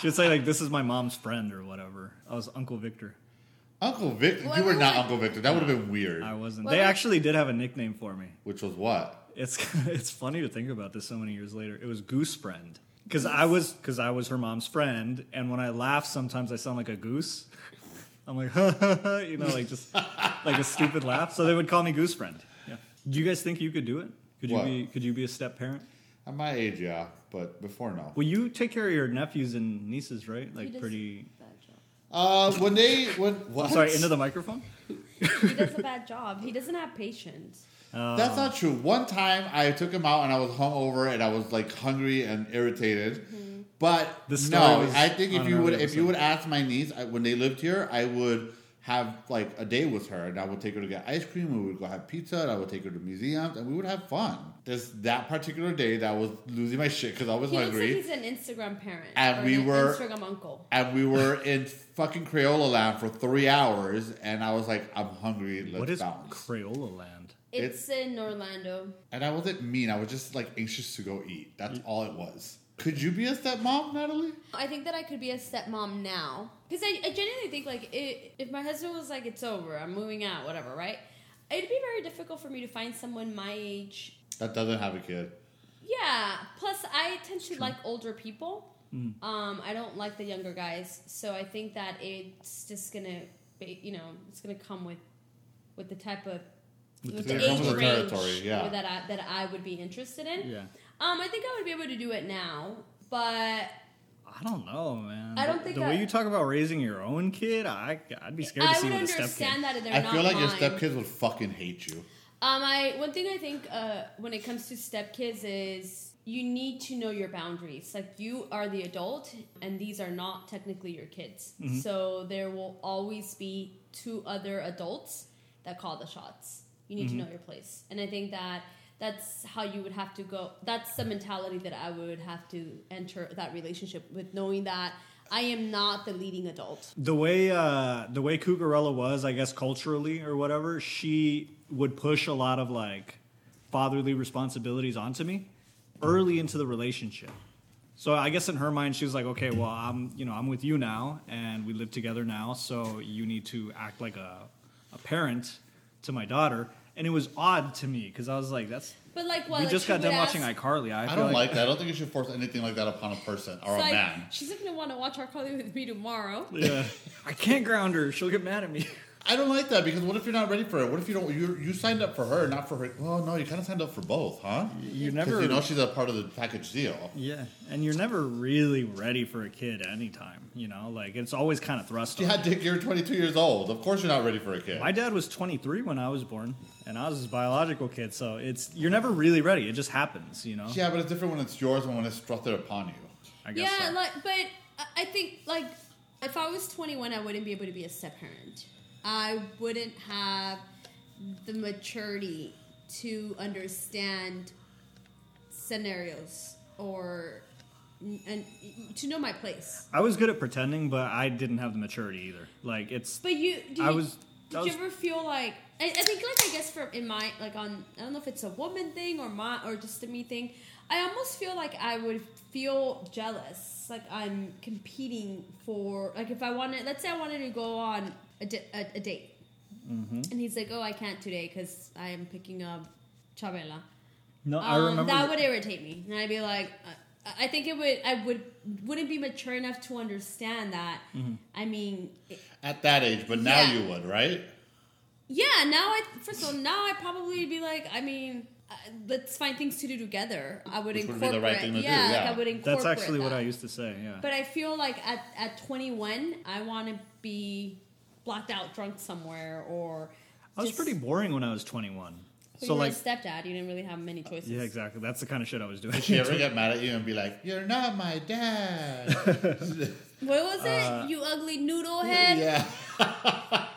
Speaker 1: she would say, like, this is my mom's friend or whatever. I was Uncle Victor.
Speaker 3: Uncle Victor?
Speaker 2: Well,
Speaker 3: you were not
Speaker 2: everyone-
Speaker 3: Uncle Victor. That would have been weird.
Speaker 1: I wasn't.
Speaker 2: Well,
Speaker 1: they
Speaker 2: we-
Speaker 1: actually did have a nickname for me.
Speaker 3: Which was what?
Speaker 1: It's it's funny to think about this so many years later. It was Goose Friend because I was because I was her mom's friend, and when I laugh, sometimes I sound like a goose. I'm like, you know, like just like a stupid laugh. So they would call me Goose Friend. Yeah. Do you guys think you could do it? Could you
Speaker 3: What?
Speaker 1: be could you be a step parent?
Speaker 3: At my age, yeah, but before no.
Speaker 1: Well, you take care of your nephews and nieces, right?
Speaker 2: He
Speaker 1: Like
Speaker 2: does-
Speaker 1: pretty.
Speaker 2: Bad job.
Speaker 3: Uh, when they when what?
Speaker 1: I'm sorry, into the microphone.
Speaker 2: He does a bad job. He doesn't have patience.
Speaker 3: That's not true. One time I took him out and I was hungover and I was like hungry and irritated.
Speaker 2: Mm-hmm.
Speaker 3: But
Speaker 1: This story
Speaker 3: no,
Speaker 1: was
Speaker 3: I think
Speaker 1: on
Speaker 3: if
Speaker 1: an
Speaker 3: you would
Speaker 1: early
Speaker 3: if you would
Speaker 1: episode.
Speaker 3: ask my niece I, when they lived here, I would have like a day with her and I would take her to get ice cream. We would go have pizza. And I would take her to museums and we would have fun. This that particular day that I was losing my shit because I was
Speaker 2: He looks like
Speaker 3: hungry.
Speaker 2: he's an Instagram parent
Speaker 3: And
Speaker 2: or
Speaker 3: we
Speaker 2: an
Speaker 3: were-
Speaker 2: Instagram uncle.
Speaker 3: and we were in fucking Crayola land for three hours, and I was like, "I'm hungry. Let's
Speaker 1: What is
Speaker 3: bounce."
Speaker 1: Crayola Land?
Speaker 2: It's in Orlando.
Speaker 3: And I wasn't mean. I was just like anxious to go eat. That's all it was. Could you be a stepmom, Natalie?
Speaker 2: I think that I could be a stepmom now because I, I genuinely think like i if my husband was like it's over, I'm moving out, whatever, right? It'd be very difficult for me to find someone my age.
Speaker 3: That doesn't have a kid.
Speaker 2: Yeah. Plus, I tend to like older people.
Speaker 3: Mm.
Speaker 2: Um, I don't like the younger guys, so I think that it's just gonna, be, you know, it's gonna come with, with the type of. With
Speaker 3: the
Speaker 2: the
Speaker 3: territory.
Speaker 2: age
Speaker 3: Comes with
Speaker 2: range
Speaker 3: territory, yeah.
Speaker 2: that I that I would be interested in.
Speaker 1: Yeah,
Speaker 2: Um, I think I would be able to do it now, but
Speaker 1: I don't know, man.
Speaker 2: I don't
Speaker 1: The-
Speaker 2: think
Speaker 1: the
Speaker 2: I-
Speaker 1: way you talk about raising your own kid, I I'd be scared to
Speaker 2: I
Speaker 1: see
Speaker 2: would
Speaker 1: what a step kid.
Speaker 2: understand that if they're
Speaker 3: I
Speaker 2: not
Speaker 3: feel like your
Speaker 2: mine.
Speaker 3: stepkids would fucking hate you.
Speaker 2: Um, I one thing I think uh, when it comes to stepkids is you need to know your boundaries. Like you are the adult, and these are not technically your kids.
Speaker 1: Mm-hmm.
Speaker 2: So there will always be two other adults that call the shots. You need
Speaker 1: Mm-hmm.
Speaker 2: to know your place, and I think that that's how you would have to go. That's the mentality that I would have to enter that relationship with, knowing that I am not the leading adult.
Speaker 1: the way uh, the way Cougarella was, I guess culturally or whatever, she would push a lot of like fatherly responsibilities onto me early into the relationship. So I guess in her mind, she was like, "Okay, well, I'm you know I'm with you now, and we live together now, so you need to act like a a parent to my daughter." And it was odd to me because I was like, "That's."
Speaker 2: But like, well,
Speaker 1: we
Speaker 2: like,
Speaker 1: just
Speaker 2: she
Speaker 1: got
Speaker 2: would
Speaker 1: done
Speaker 2: ask-
Speaker 1: watching iCarly. I,
Speaker 3: I
Speaker 1: feel
Speaker 3: don't like that. I don't think you should force anything like that upon a person or
Speaker 1: Oh,
Speaker 2: It's
Speaker 3: a
Speaker 2: like,
Speaker 3: man.
Speaker 2: She's not gonna want to watch our color with me tomorrow.
Speaker 1: Yeah, I can't ground her. She'll get mad at me.
Speaker 3: I don't like that because what if you're not ready for it? What if you don't? You you signed up for her, not for her. Well, no, you kind of signed up for both, huh?
Speaker 1: You
Speaker 3: 'Cause
Speaker 1: never
Speaker 3: you know she's a part of the package deal.
Speaker 1: Yeah, and you're never really ready for a kid at any time, you know? Like, it's always kind of thrust on.
Speaker 3: Yeah, Dick, you're 22 years old. Of course, you're not ready for a kid.
Speaker 1: My dad was 23 when I was born, and I was his biological kid, so it's, you're never really ready. It just happens, you know?
Speaker 3: Yeah, but it's different when it's yours and when it's thrusted upon you.
Speaker 1: I guess
Speaker 2: Yeah,
Speaker 1: so.
Speaker 2: like, but I- I think like if I was 21, I wouldn't be able to be a step parent. I wouldn't have the maturity to understand scenarios or and to know my place.
Speaker 1: I was good at pretending, but I didn't have the maturity either. Like, it's,
Speaker 2: But you, do
Speaker 1: I
Speaker 2: you-
Speaker 1: was-
Speaker 2: Did
Speaker 1: I
Speaker 2: you
Speaker 1: was-
Speaker 2: ever feel like I, I think like I guess for in my like on I don't know if it's a woman thing or my or just a me thing. I almost feel like I would feel jealous, like I'm competing for like if I wanted. Let's say I wanted to go on a, di- a, a date,
Speaker 1: Mm-hmm.
Speaker 2: and he's like, "Oh, I can't today because I am picking up Chabela."
Speaker 1: no, Oh, I
Speaker 2: Um,
Speaker 1: remember.
Speaker 2: that would irritate me, and I'd be like, I, I think it would. I would wouldn't be mature enough to understand that.
Speaker 1: Mm-hmm.
Speaker 2: I mean,
Speaker 3: At that age, but now
Speaker 2: Yeah.
Speaker 3: you would, right?
Speaker 2: Yeah, now I first of all now I probably be like I mean uh, let's find things to do together. I would
Speaker 3: Which would be
Speaker 2: incorporate
Speaker 3: the right thing to do,
Speaker 2: yeah,
Speaker 3: yeah.
Speaker 2: like I would incorporate
Speaker 1: that's actually what
Speaker 2: that.
Speaker 1: I used to say, yeah.
Speaker 2: But I feel like at at 21 I want to be blacked out drunk somewhere or
Speaker 1: I was
Speaker 2: just-
Speaker 1: pretty boring when I was 21.
Speaker 2: But
Speaker 1: So,
Speaker 2: you were
Speaker 1: like,
Speaker 2: a stepdad, you didn't really have many choices.
Speaker 1: yeah, exactly. That's the kind of shit I was doing.
Speaker 3: Did she ever get mad at you and be like, "You're not my dad"?
Speaker 2: What was it?
Speaker 1: Uh,
Speaker 2: you ugly noodle head.
Speaker 3: yeah.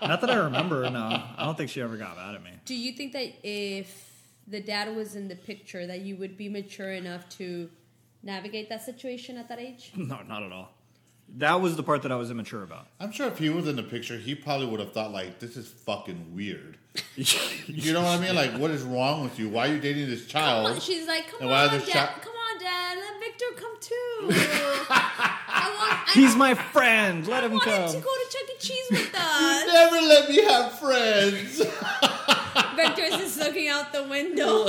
Speaker 1: Not that I remember, no. I don't think she ever got mad at me.
Speaker 2: Do you think that if the dad was in the picture that you would be mature enough to navigate that situation at that age?
Speaker 1: No, not at all. That was the part that I was immature about.
Speaker 3: I'm sure if he was in the picture, he probably would have thought like, "This is fucking weird." You know what I mean? Like, what is wrong with you? Why are you dating this
Speaker 2: Come on-
Speaker 3: child?
Speaker 2: She's like, come
Speaker 3: And
Speaker 2: on,
Speaker 3: why
Speaker 2: dad.
Speaker 3: the shop-
Speaker 2: come on, dad. Let Victor come too. I want, I,
Speaker 1: He's my friend. Let
Speaker 2: I
Speaker 1: him
Speaker 2: want him to
Speaker 1: come.
Speaker 2: go to Chuck E. Cheese with
Speaker 3: You
Speaker 2: us.
Speaker 3: never let me have friends.
Speaker 2: Victor's just looking out the window.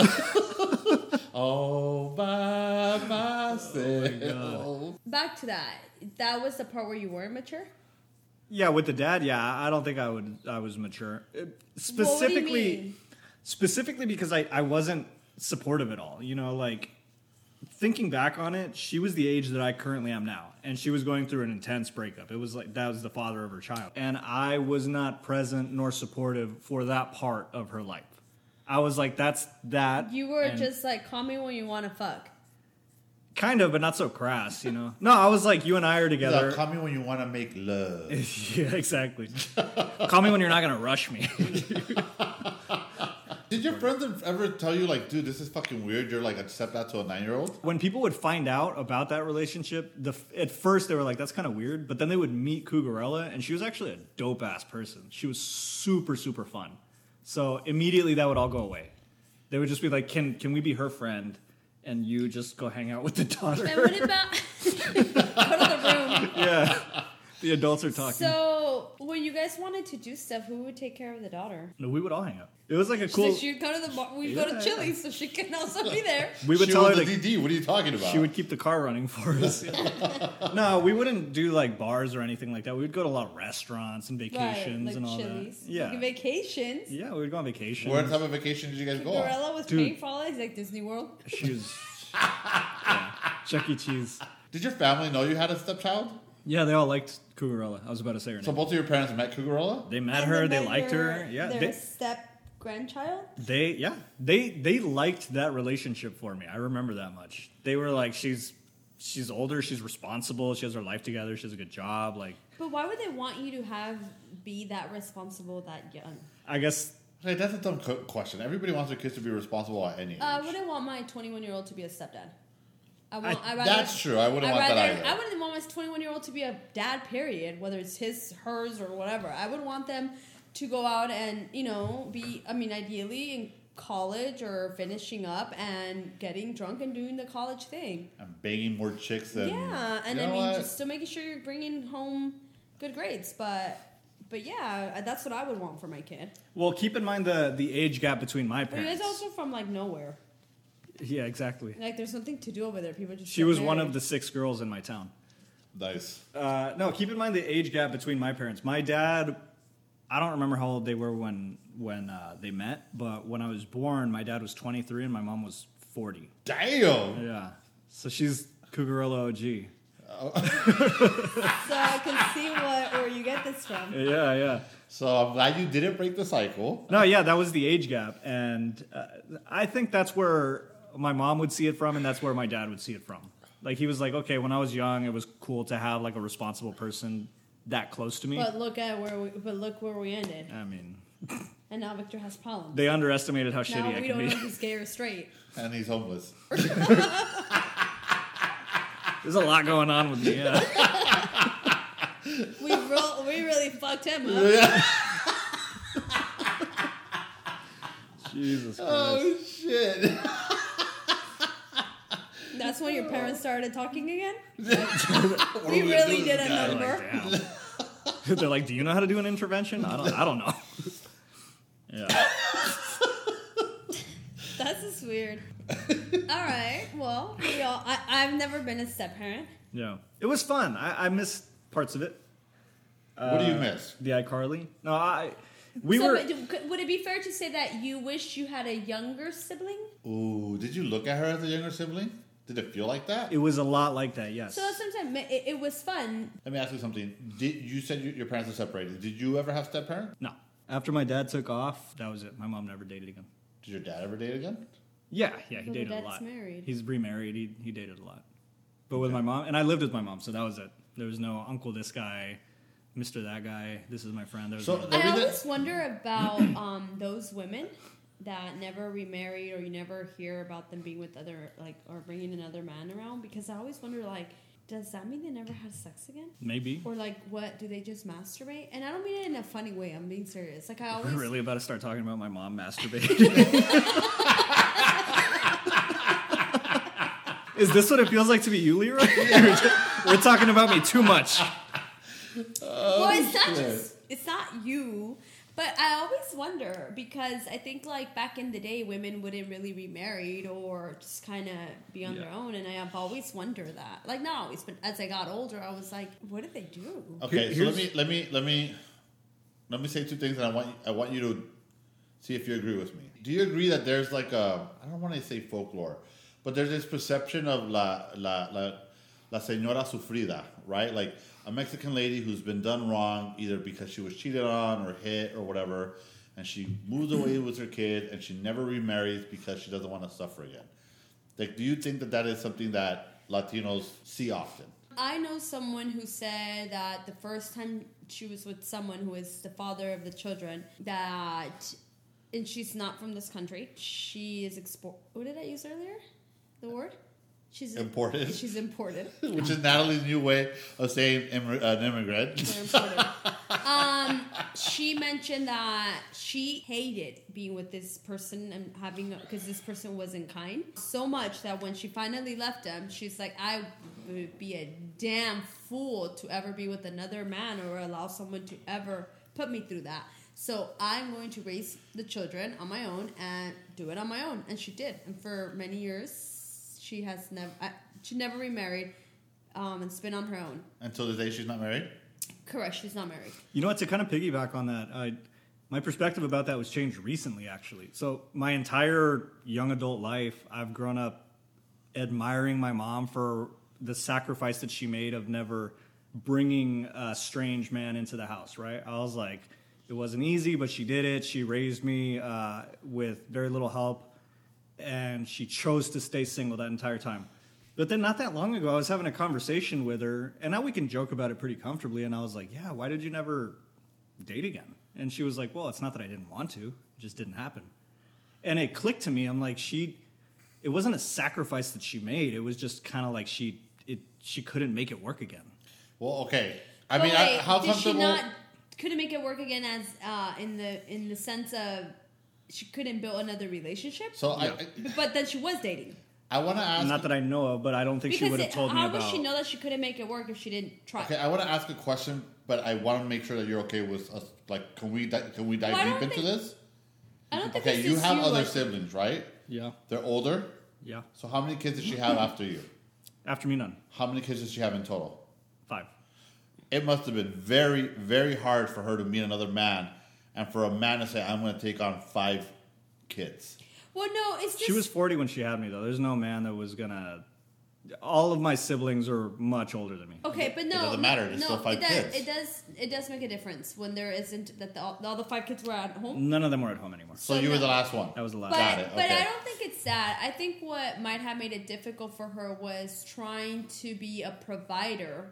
Speaker 3: All by myself.
Speaker 2: Back to that. That was the part where you were mature.
Speaker 1: Yeah, with the dad, yeah, I don't think I would. I was mature. Uh,
Speaker 2: Well, what do you
Speaker 1: Specifically,
Speaker 2: mean?
Speaker 1: specifically because I, I wasn't supportive at all. You know, like thinking back on it, she was the age that I currently am now, and she was going through an intense breakup. It was like that was the father of her child, and I was not present nor supportive for that part of her life. I was like, that's that.
Speaker 2: you were
Speaker 1: and-
Speaker 2: just like, call me when you want to fuck.
Speaker 1: kind of, but not so crass. You know, no, I was like, you and I are together.
Speaker 3: Look, call me when you want to make love.
Speaker 1: yeah, exactly. Call me when you're not gonna rush me.
Speaker 3: Did your friends ever tell you like, dude, this is fucking weird? You're like a stepdad to a nine year old.
Speaker 1: when people would find out about that relationship, the f- at first they were like, "That's kind of weird," but then they would meet Cougarella, and she was actually a dope ass person. She was super super fun. So immediately that would all go away. They would just be like, "Can can we be her friend?" And you just go hang out with the
Speaker 2: And what
Speaker 1: daughter.
Speaker 2: about go to the room?
Speaker 1: yeah, the adults are talking.
Speaker 2: So when you guys wanted to do stuff, who would take care of the daughter?
Speaker 1: no, we would all hang out. It was like a cool.
Speaker 2: So she'd go to the bar. We'd go
Speaker 1: Yeah.
Speaker 2: to Chili's, so she can also be there.
Speaker 1: we would
Speaker 3: she
Speaker 1: tell her
Speaker 3: was
Speaker 1: to
Speaker 3: a DD. What are you talking about?
Speaker 1: She would keep the car running for us. no, we wouldn't do like bars or anything like that. We would go to a lot of restaurants and vacations
Speaker 2: right, like
Speaker 1: and all
Speaker 2: Chili's.
Speaker 1: that. Yeah.
Speaker 2: Like vacations.
Speaker 1: yeah, we would go on vacation.
Speaker 3: Where type of vacation did you guys go? on?
Speaker 2: Gorilla was
Speaker 1: Dude.
Speaker 2: paying for all that. He's like Disney World.
Speaker 1: She was yeah, Chuck E. Cheese.
Speaker 3: Did your family know you had a stepchild?
Speaker 1: Yeah, they all liked Cougarella. I was about to say her
Speaker 3: So
Speaker 1: name.
Speaker 3: both of your parents met Cougarella.
Speaker 1: They met her. They liked her. Yeah,
Speaker 2: Their
Speaker 1: they,
Speaker 2: step grandchild?
Speaker 1: They yeah they they liked that relationship for me. I remember that much. They were like she's she's older, she's responsible, she has her life together, she has a good job. Like
Speaker 2: But why would they want you to have be that responsible that young?
Speaker 1: I guess
Speaker 3: Hey, that's a dumb co- question. Everybody wants their kids to be responsible at any age.
Speaker 2: Uh, I wouldn't want my 21 year old to be a stepdad. I want. I, rather,
Speaker 3: that's true. I wouldn't
Speaker 2: I
Speaker 3: want
Speaker 2: rather,
Speaker 3: that either.
Speaker 2: I wouldn't want my 21 year old to be a dad. Period. Whether it's his, hers, or whatever. I would want them to go out and you know be. I mean, ideally in college or finishing up and getting drunk and doing the college thing.
Speaker 3: I'm banging more chicks than
Speaker 2: yeah, and
Speaker 3: You
Speaker 2: I
Speaker 3: know
Speaker 2: mean,
Speaker 3: what?
Speaker 2: just still making sure you're bringing home good grades, but. But yeah, that's what I would want for my kid.
Speaker 1: well keep in mind the the age gap between my
Speaker 2: But you guys
Speaker 1: parents.
Speaker 2: also from like nowhere.
Speaker 1: yeah, exactly.
Speaker 2: Like, there's nothing to do over there. People just
Speaker 1: She
Speaker 2: get
Speaker 1: was one
Speaker 2: married.
Speaker 1: of the six girls in my town.
Speaker 3: nice.
Speaker 1: Uh, no, keep in mind the age gap between my parents. My dad, I don't remember how old they were when when uh, they met, but when I was born, my dad was 23 and my mom was 40.
Speaker 3: Damn.
Speaker 1: Yeah, so she's Cougarilla OG.
Speaker 2: so I can see what where you get this from.
Speaker 1: Yeah, yeah.
Speaker 3: So I'm glad you didn't break the cycle.
Speaker 1: No, yeah, that was the age gap, and uh, I think that's where my mom would see it from, and that's where my dad would see it from. Like he was like, okay, when I was young, it was cool to have like a responsible person that close to me.
Speaker 2: But look at where we but look where we ended,
Speaker 1: I mean,
Speaker 2: and now Victor has problems.
Speaker 1: they underestimated how
Speaker 2: now
Speaker 1: shitty I
Speaker 2: we don't
Speaker 1: could be.
Speaker 2: know if he's gay or straight.
Speaker 3: And he's homeless.
Speaker 1: There's a lot going on with me. Yeah.
Speaker 2: We real, we really fucked him up.
Speaker 1: Jesus Christ.
Speaker 2: Uh,
Speaker 3: Oh shit.
Speaker 2: That's when your parents started talking again.
Speaker 3: What are
Speaker 2: We
Speaker 3: gonna
Speaker 2: really
Speaker 3: do
Speaker 2: did a
Speaker 3: with this guy?
Speaker 1: They're
Speaker 2: number.
Speaker 1: like, damn. They're like, do you know how to do an intervention? I don't. I don't know. Yeah.
Speaker 2: That's just weird. all right. Well, we all, I, I've never been a step parent.
Speaker 1: Yeah. It was fun. I, I missed parts of it.
Speaker 3: What
Speaker 1: Uh,
Speaker 3: do you miss?
Speaker 1: The iCarly. No, I. We
Speaker 2: so,
Speaker 1: were.
Speaker 2: but do- could- would it be fair to say that you wish you had a younger sibling?
Speaker 3: Ooh, did you look at her as a younger sibling? Did it feel like that?
Speaker 1: It was a lot like that. Yes.
Speaker 2: So that's what I'm saying. It, it was fun.
Speaker 3: Let me ask you something. Did you said you, your parents are separated? Did you ever have step parent?
Speaker 1: no. After my dad took off, that was it. My mom never dated again.
Speaker 3: Did your dad ever date again?
Speaker 1: Yeah, yeah, he
Speaker 2: But your
Speaker 1: dated a
Speaker 2: dad's
Speaker 1: lot.
Speaker 2: married.
Speaker 1: He's remarried. He he dated a lot, but with my mom, and I lived with my mom, so that was it. There was no uncle this guy, Mister that guy. This is my friend. There was
Speaker 3: So-
Speaker 1: no-
Speaker 2: I
Speaker 3: Maybe that-
Speaker 2: always wonder about um, those women that never remarried or you never hear about them being with other like or bringing another man around because I always wonder like does that mean they never had sex again
Speaker 1: maybe
Speaker 2: or like what do they just masturbate and I don't mean it in a funny way I'm being serious like I
Speaker 1: we're
Speaker 2: always
Speaker 1: really about to start talking about my mom masturbating. is this what it feels like to be you, Leroy? We're talking about me too much.
Speaker 2: well it's not
Speaker 3: shit.
Speaker 2: just it's not you but I always wonder because I think like back in the day women wouldn't really remarried or just kind of be on
Speaker 1: Yeah.
Speaker 2: their own and I have always wondered that like not always but as I got older I was like what did they do
Speaker 3: Okay, so
Speaker 1: Here-
Speaker 3: let me let me let me let me say two things, and I want I want you to see if you agree with me. Do you agree that there's like a I don't want to say folklore, but there's this perception of la la la la señora sufrida, right? Like a Mexican lady who's been done wrong either because she was cheated on or hit or whatever, and she moves away with her kid and she never remarries because she doesn't want to suffer again. Like, do you think that that is something that Latinos see often?
Speaker 2: I know someone who said that the first time she was with someone who is the father of the children, that, and she's not from this country, she is export. What did I use earlier? The word? She's
Speaker 3: Imported.
Speaker 2: She's imported.
Speaker 3: which is Natalie's new way of saying im- an immigrant.
Speaker 2: They're imported. um, she mentioned that she hated being with this person and having because this person wasn't kind so much that when she finally left him, she's like, I would be a damn fool to ever be with another man or allow someone to ever put me through that. So I'm going to raise the children on my own and do it on my own, and she did. And for many years, she has never she never remarried. Um, and it's been on her own.
Speaker 3: Until the day she's not married.
Speaker 2: Correct, she's not married.
Speaker 1: You know what? To kind of piggyback on that, I, my perspective about that was changed recently, actually. So my entire young adult life, I've grown up admiring my mom for the sacrifice that she made of never bringing a strange man into the house. Right? I was like, It wasn't easy, but she did it. She raised me uh, with very little help, and she chose to stay single that entire time. But then, not that long ago, I was having a conversation with her, and now we can joke about it pretty comfortably. And I was like, "Yeah, why did you never date again?" And she was like, "Well, it's not that I didn't want to; it just didn't happen." And it clicked to me. I'm like, she. It wasn't a sacrifice that she made. It was just kind of like she it she couldn't make it work again.
Speaker 3: Well, okay. I
Speaker 2: But
Speaker 3: mean, I,
Speaker 2: wait,
Speaker 3: how
Speaker 2: did
Speaker 3: comfortable?
Speaker 2: she not couldn't make it work again as uh, in the in the sense of she couldn't build another relationship?
Speaker 3: so I,
Speaker 1: Yeah.
Speaker 2: but then she was dating.
Speaker 3: I, want to ask.
Speaker 1: Not that I know of, but I don't think she
Speaker 2: Because
Speaker 1: would have
Speaker 2: it-
Speaker 1: told me
Speaker 2: how
Speaker 1: about.
Speaker 2: would she know that she couldn't make it work if she didn't try?
Speaker 3: okay, I want to ask a question, but I want to make sure that you're okay with us. Like, can we di- can we dive
Speaker 2: Well, I
Speaker 3: deep
Speaker 2: don't
Speaker 3: into
Speaker 2: think-
Speaker 3: this?
Speaker 2: I don't think
Speaker 3: Okay,
Speaker 2: this
Speaker 3: you
Speaker 2: is
Speaker 3: have other
Speaker 2: like-
Speaker 3: siblings, right?
Speaker 1: Yeah,
Speaker 3: They're older.
Speaker 1: yeah.
Speaker 3: So how many kids did she have after you?
Speaker 1: After me, none.
Speaker 3: How many kids did she have in total?
Speaker 1: Five.
Speaker 3: It must have been very, very hard for her to meet another man, and for a man to say, "I'm going to take on five kids."
Speaker 2: Well, no, it's just
Speaker 1: She was 40 when she had me, though. There's no man that was gonna. All of my siblings are much older than me.
Speaker 2: Okay, but no,
Speaker 3: doesn't matter,
Speaker 2: No,
Speaker 3: there's still five
Speaker 2: it does,
Speaker 3: kids.
Speaker 2: It does. It does make a difference when there isn't that the, all, all the five kids were at home.
Speaker 1: None of them were at home anymore.
Speaker 3: So
Speaker 2: So
Speaker 3: you were
Speaker 2: no-
Speaker 3: the last one.
Speaker 1: That was the
Speaker 2: But
Speaker 1: last.
Speaker 3: Got it,
Speaker 2: but
Speaker 3: okay.
Speaker 2: I don't think it's that. I think what might have made it difficult for her was trying to be a provider.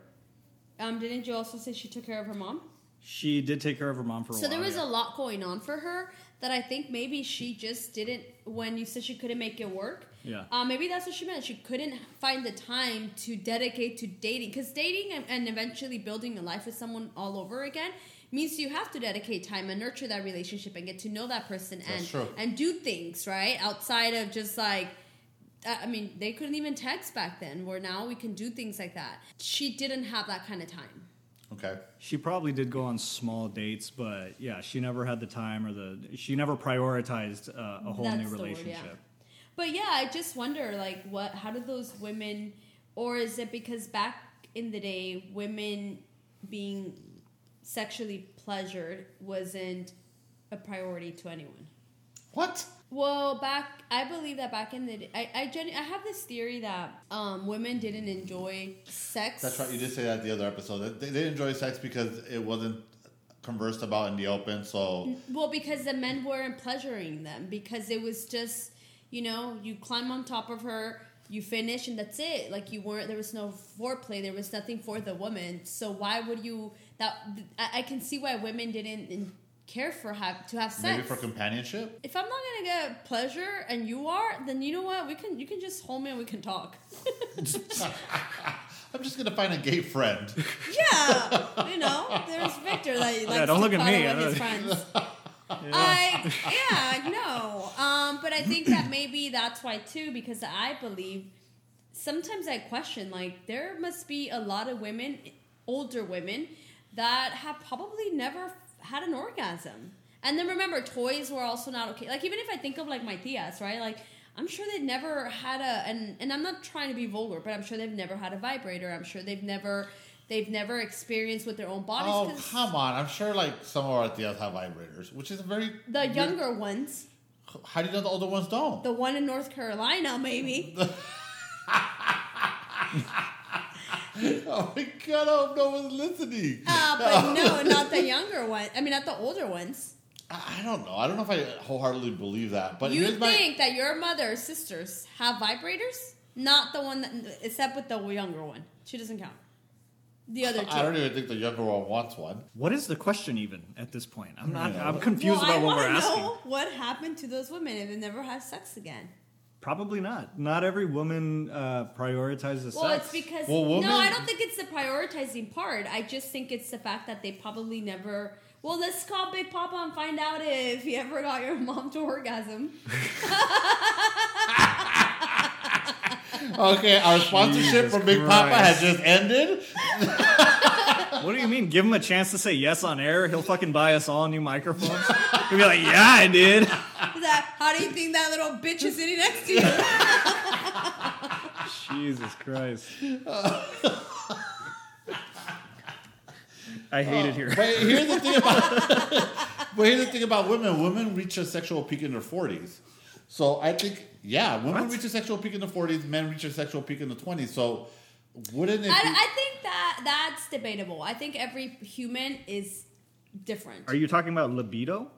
Speaker 2: Um, didn't you also say she took care of her mom?
Speaker 1: she did take care of her mom for a
Speaker 2: So
Speaker 1: while.
Speaker 2: there was
Speaker 1: yeah.
Speaker 2: a lot going on for her that I think maybe she just didn't. When you said she couldn't make it work,
Speaker 1: Yeah.
Speaker 2: uh, maybe that's what she meant. She couldn't find the time to dedicate to dating because dating and, and eventually building a life with someone all over again means you have to dedicate time and nurture that relationship and get to know that person and
Speaker 3: That's true.
Speaker 2: and do things right outside of just like uh, I mean, they couldn't even text back then. Where now we can do things like that. She didn't have that kind of time.
Speaker 3: Okay.
Speaker 1: She probably did go on small dates, but yeah, she never had the time or the. She never prioritized uh, a whole new
Speaker 2: That's the word, yeah.
Speaker 1: relationship.
Speaker 2: But yeah, I just wonder, like, what? How do those women, or is it because back in the day, women being sexually pleasured wasn't a priority to anyone?
Speaker 3: What?
Speaker 2: Well, back I believe that back in the day, I I, genu- I have this theory that um, women didn't enjoy sex.
Speaker 3: That's right. You did say that the other episode. That They, they enjoy sex because it wasn't conversed about in the open. So
Speaker 2: Well, because the men weren't pleasuring them because it was just, you know, you climb on top of her, you finish, and that's it. Like you weren't. There was no foreplay. There was nothing for the woman. So why would you? That I, I can see why women didn't in- care for have to have sex.
Speaker 3: maybe for companionship.
Speaker 2: if I'm not gonna get pleasure and you are, then you know what? We can you can just hold me and we can talk.
Speaker 3: I'm just gonna find a gay friend.
Speaker 2: yeah, you know, there's Victor that
Speaker 1: don't
Speaker 2: likes to
Speaker 1: look at
Speaker 2: cuddle
Speaker 1: me.
Speaker 2: with
Speaker 1: I
Speaker 2: his friends. I yeah no, um, but I think that maybe that's why too because I believe sometimes I question like there must be a lot of women, older women, that have probably never had an orgasm. And then remember, toys were also not okay. Like even if I think of like my tias, right? Like I'm sure they've never had a and and I'm not trying to be vulgar, but I'm sure they've never had a vibrator. I'm sure they've never they've never experienced with their own bodies.
Speaker 3: Oh
Speaker 2: 'cause
Speaker 3: come on! I'm sure like some of our tias have vibrators, which is a very
Speaker 2: the younger ones,
Speaker 3: How do you know the older ones don't?
Speaker 2: the one in North Carolina, maybe.
Speaker 3: Oh my god! I hope no one's listening.
Speaker 2: Uh, but no, not the younger one. I mean, not the older ones.
Speaker 3: I I don't know. I don't know if I wholeheartedly believe that, but
Speaker 2: You
Speaker 3: here's my
Speaker 2: think that your mother or sisters have vibrators? Not the one that, except with the younger one. She doesn't count. The other two.
Speaker 3: I don't even think the younger one wants one.
Speaker 1: What is the question even at this point? I'm not.
Speaker 3: Yeah.
Speaker 1: I'm confused
Speaker 2: well, I
Speaker 1: about what
Speaker 2: wanna
Speaker 1: we're asking.
Speaker 2: know what happened to those women if they never had sex again.
Speaker 1: Probably not. Not every woman uh, prioritizes
Speaker 2: Well,
Speaker 1: sex.
Speaker 2: it's because
Speaker 3: Well, women-
Speaker 2: no, I don't think it's the prioritizing part. I just think it's the fact that they probably never. Well, let's call Big Papa and find out if he ever got your mom to orgasm.
Speaker 3: Okay, our sponsorship
Speaker 1: Jesus
Speaker 3: from Big Papa
Speaker 1: Christ.
Speaker 3: has just ended.
Speaker 1: What do you mean? Give him a chance to say yes on air? He'll fucking buy us all new microphones. He'll be like, yeah, I did.
Speaker 2: Is that- how do you think that little bitch is sitting next to you?
Speaker 1: Jesus Christ. I hate
Speaker 2: Oh.
Speaker 1: it here.
Speaker 3: But here's the thing about but here's the thing about women. Women reach a sexual peak in their forties. So I think yeah, women
Speaker 1: What?
Speaker 3: reach a sexual peak in the forties, men reach a sexual peak in the twenties. So wouldn't
Speaker 2: I,
Speaker 3: it be
Speaker 2: I think that that's debatable. I think every human is different.
Speaker 1: Are you talking about libido?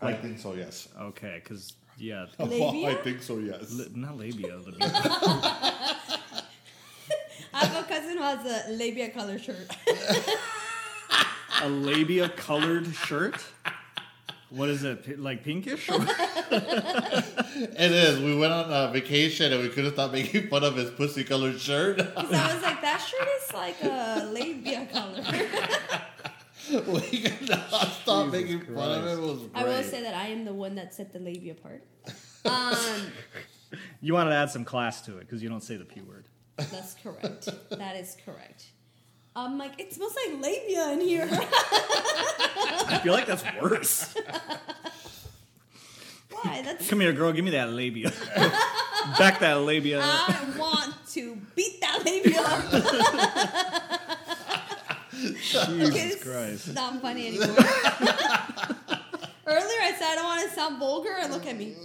Speaker 3: I think so, yes.
Speaker 1: Okay, because yeah,
Speaker 2: Labia?
Speaker 3: I think so, yes.
Speaker 1: li- not labia, libido.
Speaker 4: I have a cousin who has a labia color shirt.
Speaker 1: a labia colored shirt. What is it? pi- Like pinkish? Or-
Speaker 3: It is. We went on a vacation and we couldn't stop making fun of his pussy colored shirt.
Speaker 4: Because I was like, that shirt is like a labia color.
Speaker 3: we could not stop
Speaker 1: Jesus
Speaker 3: making fun of
Speaker 1: Christ.
Speaker 3: it. It was great.
Speaker 2: I will say that I am the one that set the labia apart. Um,
Speaker 1: you wanted to add some class to it because you don't say the p word.
Speaker 2: that's correct.
Speaker 4: that is correct. I'm like, it smells like labia in here.
Speaker 1: I feel like that's worse.
Speaker 4: Why? That's
Speaker 1: Come here, girl. Give me that labia. Back that labia.
Speaker 2: Uh,
Speaker 1: up.
Speaker 4: I want to beat that labia. up.
Speaker 1: Jesus
Speaker 4: It's
Speaker 1: Christ.
Speaker 4: not funny anymore. Earlier I said I don't want to sound vulgar, and look at me.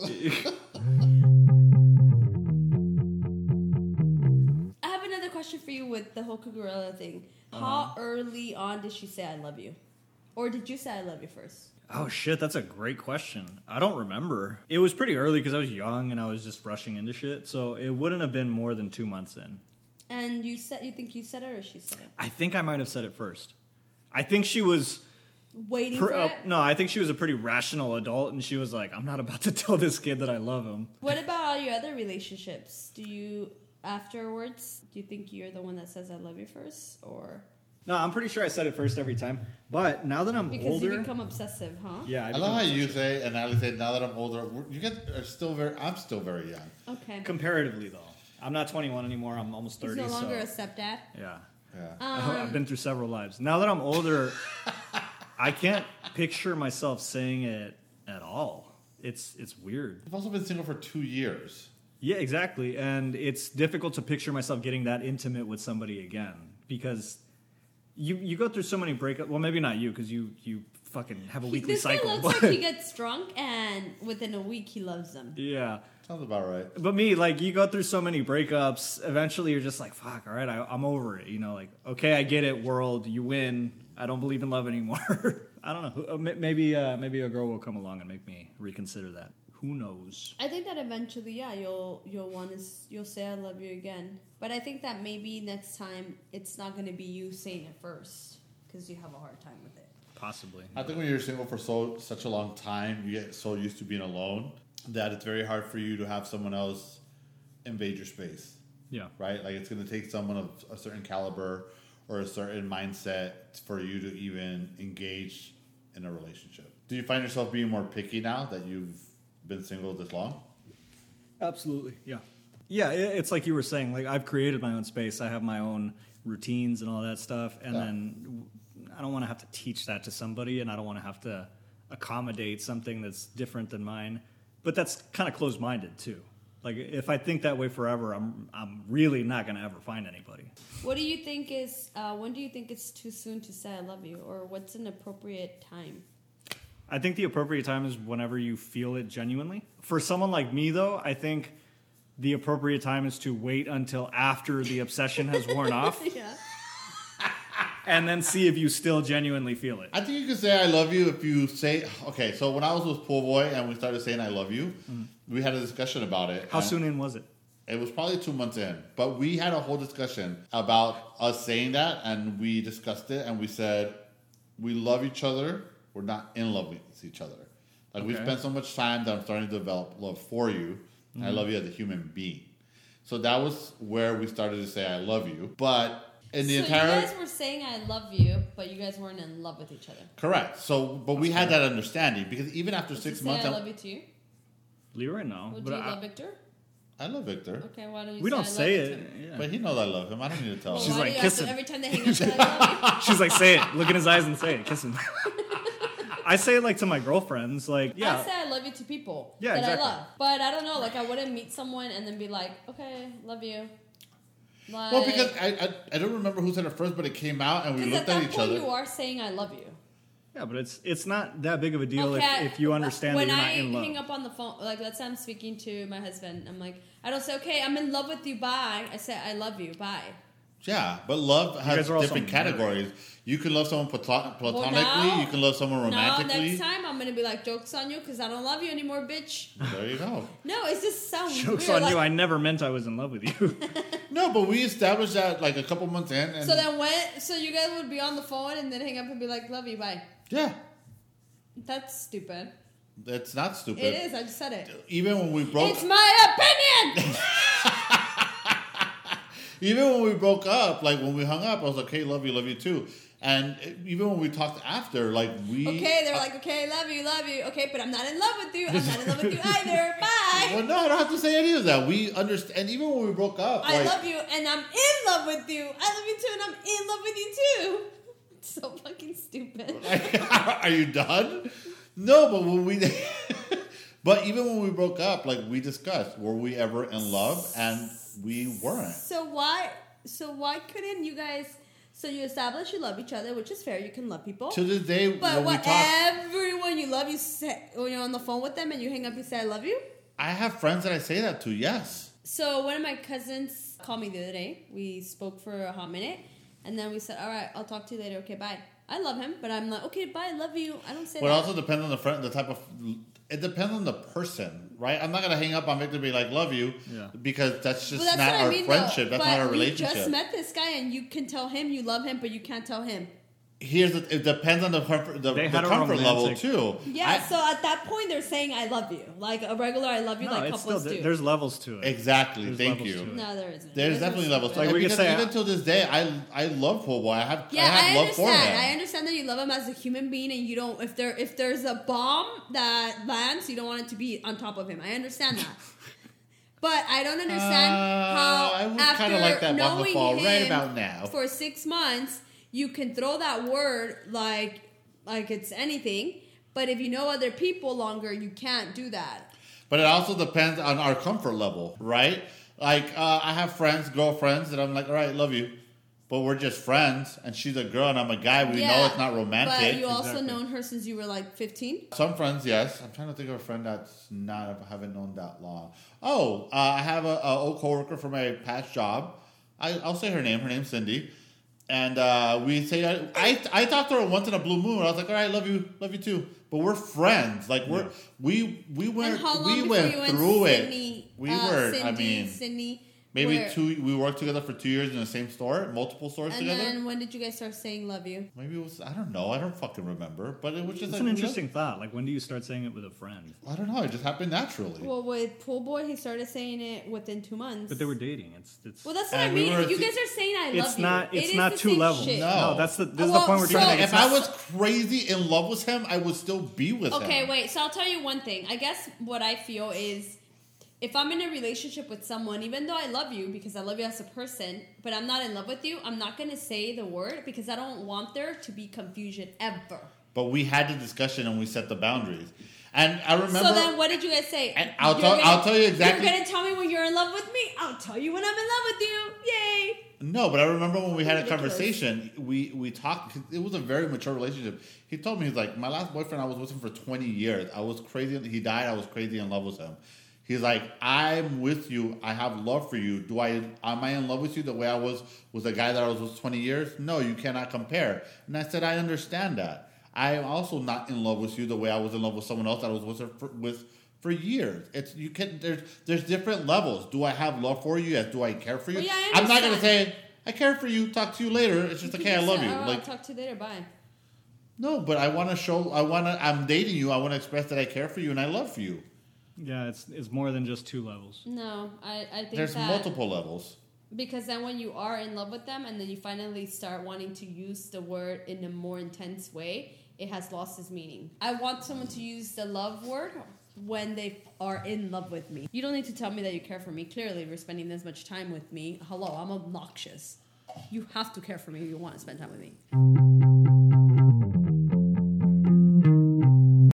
Speaker 2: I have another question for you with the whole Cucurella thing.
Speaker 1: Uh-huh.
Speaker 2: How early on did she say I love you? Or did you say I love you first?
Speaker 1: Oh shit, that's a great question. I don't remember. It was pretty early because I was young and I was just rushing into shit, so it wouldn't have been more than two months in.
Speaker 2: And you said you think you said it or she said it?
Speaker 1: I think I might have said it first. I think she was
Speaker 2: Waiting
Speaker 1: pr-
Speaker 2: for
Speaker 1: uh,
Speaker 2: it?
Speaker 1: no, I think she was a pretty rational adult, and she was like, "I'm not about to tell this kid that I love him."
Speaker 2: What about all your other relationships? Do you afterwards do you think you're the one that says I love you first or
Speaker 1: No, I'm pretty sure I said it first every time. But now that I'm
Speaker 2: because
Speaker 1: older,
Speaker 2: you become obsessive, huh?
Speaker 1: yeah, I
Speaker 3: I love how
Speaker 1: become-
Speaker 3: you say and Ali said. Now that I'm older, we're- you guys are still very. I'm still very young.
Speaker 2: Okay.
Speaker 1: comparatively though. I'm not 21 anymore. I'm almost 30.
Speaker 4: He's no longer
Speaker 1: so,
Speaker 4: a stepdad.
Speaker 1: yeah.
Speaker 3: Yeah.
Speaker 2: Um,
Speaker 1: I've been through several lives. Now that I'm older, I can't picture myself saying it at all. It's it's weird.
Speaker 3: I've also been single for two years.
Speaker 1: Yeah, exactly. And it's difficult to picture myself getting that intimate with somebody again because you you go through so many breakups. Well, maybe not you because you you fucking have a weekly
Speaker 2: this
Speaker 1: cycle.
Speaker 2: guy looks
Speaker 1: but-
Speaker 2: like he gets drunk and within a week he loves them.
Speaker 1: yeah.
Speaker 3: Sounds about right.
Speaker 1: But me, like, you go through so many breakups. Eventually, you're just like, "Fuck, all right, I, I'm over it." You know, like, okay, I get it, world, you win. I don't believe in love anymore. I don't know. Who- uh, may- Maybe, uh, maybe a girl will come along and make me reconsider that. Who knows?
Speaker 2: I think that eventually, yeah, you'll you'll want to you'll say I love you again. But I think that maybe next time it's not going to be you saying it first because you have a hard time with it.
Speaker 1: Possibly.
Speaker 3: I think when you're single for so such a long time, you get so used to being alone that it's very hard for you to have someone else invade your space,
Speaker 1: Yeah.
Speaker 3: right? Like it's going to take someone of a certain caliber or a certain mindset for you to even engage in a relationship. Do you find yourself being more picky now that you've been single this long?
Speaker 1: Absolutely. Yeah. Yeah, i it's like you were saying. Like, I've created my own space. I have my own routines and all that stuff. And
Speaker 3: Yeah.
Speaker 1: then w- I don't want to have to teach that to somebody, and I don't want to have to accommodate something that's different than mine. But that's kind of closed-minded too. Like, if I think that way forever, I'm I'm really not going to ever find anybody.
Speaker 2: What do you think is uh, when do you think it's too soon to say I love you, or what's an appropriate time?
Speaker 1: I think the appropriate time is whenever you feel it genuinely. For someone like me, though, I think the appropriate time is to wait until after the obsession has worn off.
Speaker 4: Yeah.
Speaker 1: and then see if you still genuinely feel it.
Speaker 3: I think you can say I love you if you say okay. So when I was with Pool Boy and we started saying I love you, we had a discussion about it.
Speaker 1: How
Speaker 3: and-
Speaker 1: soon in was it?
Speaker 3: It was probably two months in, but we had a whole discussion about us saying that, and we discussed it, and we said we love each other. We're not in love with each other. Like we
Speaker 1: Okay.
Speaker 3: spent so much time that I'm starting to develop love for you. and I love you as a human being. So that was where we started to say I love you. But in the
Speaker 2: so you
Speaker 3: entire
Speaker 2: guys were saying I love you, but you guys weren't in love with each other.
Speaker 3: correct. So, but we had that understanding because even after
Speaker 2: Did
Speaker 3: six
Speaker 2: you
Speaker 3: months,
Speaker 2: say I
Speaker 3: I-
Speaker 2: love you to you.
Speaker 1: Leroy, no.
Speaker 2: Would
Speaker 1: But
Speaker 2: you
Speaker 1: I-
Speaker 2: love Victor?
Speaker 3: I love Victor,
Speaker 2: Okay, why don't you?
Speaker 1: we
Speaker 2: say I
Speaker 1: don't
Speaker 2: love
Speaker 1: say
Speaker 2: you to
Speaker 1: it.
Speaker 2: him?
Speaker 1: Yeah.
Speaker 3: but he knows I love him. I don't need to tell
Speaker 2: Well,
Speaker 1: She's
Speaker 2: why
Speaker 1: like,
Speaker 3: him.
Speaker 2: do you
Speaker 1: "Kiss
Speaker 2: have to,
Speaker 1: him."
Speaker 2: every time they hang out. say I love you?
Speaker 1: She's like, say it. Look in his eyes and say it. Kiss him. I say it like to my girlfriends, like,
Speaker 2: I say
Speaker 1: yeah,
Speaker 2: I love you to people
Speaker 1: Yeah,
Speaker 2: that
Speaker 1: exactly.
Speaker 2: I love, but I don't know. Like I wouldn't meet someone and then be like, "Okay, love you." Like,
Speaker 3: Well, because I, I I don't remember who said it first, but it came out and we
Speaker 2: 'cause
Speaker 3: looked
Speaker 2: that
Speaker 3: at each
Speaker 2: point
Speaker 3: other.
Speaker 2: you are saying I love you.
Speaker 1: yeah, but it's it's not that big of a deal
Speaker 2: I-
Speaker 1: if, if you understand that
Speaker 2: when
Speaker 1: you're not
Speaker 2: I
Speaker 1: in love.
Speaker 2: hang up on the phone, like let's say I'm speaking to my husband, I'm like, I don't say, "Okay, I'm in love with you." Bye. I say, "I love you." Bye.
Speaker 3: Yeah, but love has
Speaker 1: guys are also
Speaker 3: different
Speaker 1: married.
Speaker 3: categories. You can love someone platon- platonically.
Speaker 2: now-
Speaker 3: you can love someone
Speaker 2: No,
Speaker 3: romantically.
Speaker 2: next time I'm gonna be like, jokes on you, because I don't love you anymore, bitch.
Speaker 3: there you go.
Speaker 2: No, it just sounds
Speaker 1: Jokes
Speaker 2: weird.
Speaker 1: on you.
Speaker 2: like-
Speaker 1: I never meant I was in love with you.
Speaker 3: No, but we established that like a couple months in, and
Speaker 2: so then when? So you guys would be on the phone and then hang up and be like, "Love you, bye."
Speaker 3: yeah,
Speaker 2: That's stupid.
Speaker 3: that's not stupid.
Speaker 2: It is. I just said it.
Speaker 3: Even when we broke,
Speaker 2: It's my opinion.
Speaker 3: even when we broke up, like when we hung up, I was like, "Hey, love you, love you too." And even when we talked after, like we
Speaker 2: Okay, they're like, okay, love you, love you. Okay, but I'm not in love with you. I'm not in love with you either. Bye.
Speaker 3: Well, no, I don't have to say any of that. We understand. And even when we broke up,
Speaker 2: I
Speaker 3: like,
Speaker 2: love you and I'm in love with you. I love you too and I'm in love with you too. It's so fucking stupid.
Speaker 3: Are you done? No, but when we, but even when we broke up, like we discussed, were we ever in love? And we weren't.
Speaker 2: So why? So why couldn't you guys? So you establish you love each other, which is fair. You can love people.
Speaker 3: To this day,
Speaker 2: But
Speaker 3: when we
Speaker 2: what
Speaker 3: talk,
Speaker 2: everyone you love, you say when you're on the phone with them and you hang up, you say I love you.
Speaker 3: I have friends that I say that to. Yes,
Speaker 2: So one of my cousins called me the other day. We spoke for a hot minute, and then we said, "All right, I'll talk to you later. Okay, bye." I love him, but I'm like, "Okay, bye, love you." I don't say
Speaker 3: but
Speaker 2: that.
Speaker 3: also depends on the friend, the type of. It depends on the person, right? I'm not gonna hang up on Victor and be like, "Love you,"
Speaker 1: Yeah.
Speaker 3: because that's just
Speaker 2: Well, that's
Speaker 3: not
Speaker 2: what
Speaker 3: our
Speaker 2: I mean,
Speaker 3: friendship.
Speaker 2: Though.
Speaker 3: That's
Speaker 2: but
Speaker 3: not our
Speaker 2: You
Speaker 3: relationship.
Speaker 2: just met this guy, and you can tell him you love him, but you can't tell him.
Speaker 3: Here's the, it depends on the comfort, the,
Speaker 1: They
Speaker 3: the
Speaker 1: had a
Speaker 3: comfort level
Speaker 1: romantic-
Speaker 3: too.
Speaker 2: Yeah.
Speaker 3: I-
Speaker 2: so at that point, they're saying "I love you," like a regular "I love you,"
Speaker 1: no,
Speaker 2: like
Speaker 1: it's still
Speaker 2: couples do.
Speaker 1: there's levels to it.
Speaker 3: exactly.
Speaker 1: There's
Speaker 3: Thank
Speaker 1: levels
Speaker 3: you.
Speaker 1: to it.
Speaker 2: no, there isn't.
Speaker 3: There's
Speaker 2: There's
Speaker 3: definitely
Speaker 2: no
Speaker 3: levels.
Speaker 2: stupid.
Speaker 1: Like, we could
Speaker 3: because
Speaker 1: say-
Speaker 3: even till this day, I I love Po' Boy. I have I
Speaker 2: Yeah,
Speaker 3: have
Speaker 2: I,
Speaker 3: love for
Speaker 2: understand. I
Speaker 3: him.
Speaker 2: understand that you love him as a human being, and you don't. If there, if there's a bomb that lands, you don't want it to be on top of him. I understand that, but I don't understand
Speaker 3: Uh,
Speaker 2: how
Speaker 3: I would
Speaker 2: after
Speaker 3: kinda like that bomb to
Speaker 2: knowing
Speaker 3: fall
Speaker 2: him
Speaker 3: right about now.
Speaker 2: for six months, you can throw that word like like it's anything. But if you know other people longer, you can't do that.
Speaker 3: But it also depends on our comfort level, right? Like uh, I have friends, girlfriends that I'm like, all right, love you, but we're just friends, and she's a girl and I'm a guy. We know it's not romantic.
Speaker 2: But you also
Speaker 1: Exactly.
Speaker 2: known her since you were like fifteen.
Speaker 3: Some friends, yes. I'm trying to think of a friend that's not I haven't known that long. Oh, uh, I have a, a old coworker from my past job. I, I'll say her name. Her name's Cindy, and uh, we say I, I I talked to her once in a blue moon. I was like, all right, love you, love you too. But we're friends. Like we're
Speaker 1: Yeah.
Speaker 3: we we
Speaker 2: And
Speaker 3: went
Speaker 2: how long
Speaker 3: we
Speaker 2: before
Speaker 3: went
Speaker 2: you went
Speaker 3: through
Speaker 2: Sydney,
Speaker 3: it. We
Speaker 2: uh,
Speaker 3: were.
Speaker 2: Cindy,
Speaker 3: I mean,
Speaker 2: Sydney,
Speaker 3: maybe
Speaker 2: where-
Speaker 3: two. We worked together for two years in the same store, multiple stores
Speaker 2: And
Speaker 3: together.
Speaker 2: then when did you guys start saying love you?
Speaker 3: maybe it was I don't know. I don't fucking remember. But it was just
Speaker 1: It's
Speaker 3: like,
Speaker 1: an
Speaker 3: we just-
Speaker 1: interesting thought. Like, when do you start saying it with a friend?
Speaker 3: I don't know. It just happened naturally.
Speaker 2: Well, with Pool Boy, he started saying it within two months.
Speaker 1: But they were dating. It's it's.
Speaker 2: Well, that's what I
Speaker 3: And we
Speaker 2: mean.
Speaker 3: were
Speaker 2: you
Speaker 3: thi-
Speaker 2: guys are saying I love
Speaker 1: it's
Speaker 2: you.
Speaker 1: not.
Speaker 2: It
Speaker 1: It's
Speaker 2: is
Speaker 1: not
Speaker 2: the
Speaker 1: two
Speaker 2: same
Speaker 1: levels.
Speaker 2: shit.
Speaker 3: No.
Speaker 1: that's the. This is
Speaker 2: Well,
Speaker 1: the point we're
Speaker 2: so-
Speaker 1: trying to
Speaker 3: Like,
Speaker 1: get.
Speaker 3: if
Speaker 1: It's
Speaker 3: I
Speaker 1: not-
Speaker 3: was crazy in love with him, I would still be with him.
Speaker 2: Okay, wait. So I'll tell you one thing. I guess what I feel is if I'm in a relationship with someone, even though I love you because I love you as a person, but I'm not in love with you, I'm not going to say the word because I don't want there to be confusion ever.
Speaker 3: But we had the discussion and we set the boundaries. And I remember.
Speaker 2: so then what did you guys say?
Speaker 3: And I'll
Speaker 2: You're
Speaker 3: tell-
Speaker 2: gonna-
Speaker 3: I'll tell you exactly-
Speaker 2: You're going to tell me when you're in love with me? I'll tell you when I'm in love with you. Yay.
Speaker 3: no, but I remember when we had a
Speaker 2: Ridiculous.
Speaker 3: conversation. We we talked. 'cause It was a very mature relationship. He told me he's like my last boyfriend. I was with him for twenty years. I was crazy. He died. I was crazy in love with him. He's like, I'm with you. I have love for you. Do I am I in love with you the way I was with a guy that I was with twenty years? No, you cannot compare. And I said, I understand that. I am also not in love with you the way I was in love with someone else that I was with her for, with for years. It's you can there's there's different levels. Do I have love for you? Yes. Do I care for you?
Speaker 2: Well, yeah, I
Speaker 3: I'm not gonna
Speaker 2: understand.
Speaker 3: say I care for you. Talk to you later. It's just okay. I love you.
Speaker 2: All right,
Speaker 3: Like
Speaker 2: I'll talk to you later. Bye.
Speaker 3: no, but I want to show. I want to. I'm dating you. I want to express that I care for you and I love for you.
Speaker 1: yeah, it's it's more than just two levels.
Speaker 2: No, I, I think
Speaker 3: There's
Speaker 2: that
Speaker 3: multiple levels.
Speaker 2: because then when you are in love with them and then you finally start wanting to use the word in a more intense way, it has lost its meaning. I want someone to use the love word when they are in love with me. You don't need to tell me that you care for me. Clearly, we're spending this much time with me. Hello, I'm obnoxious. You have to care for me if you want to spend time with me.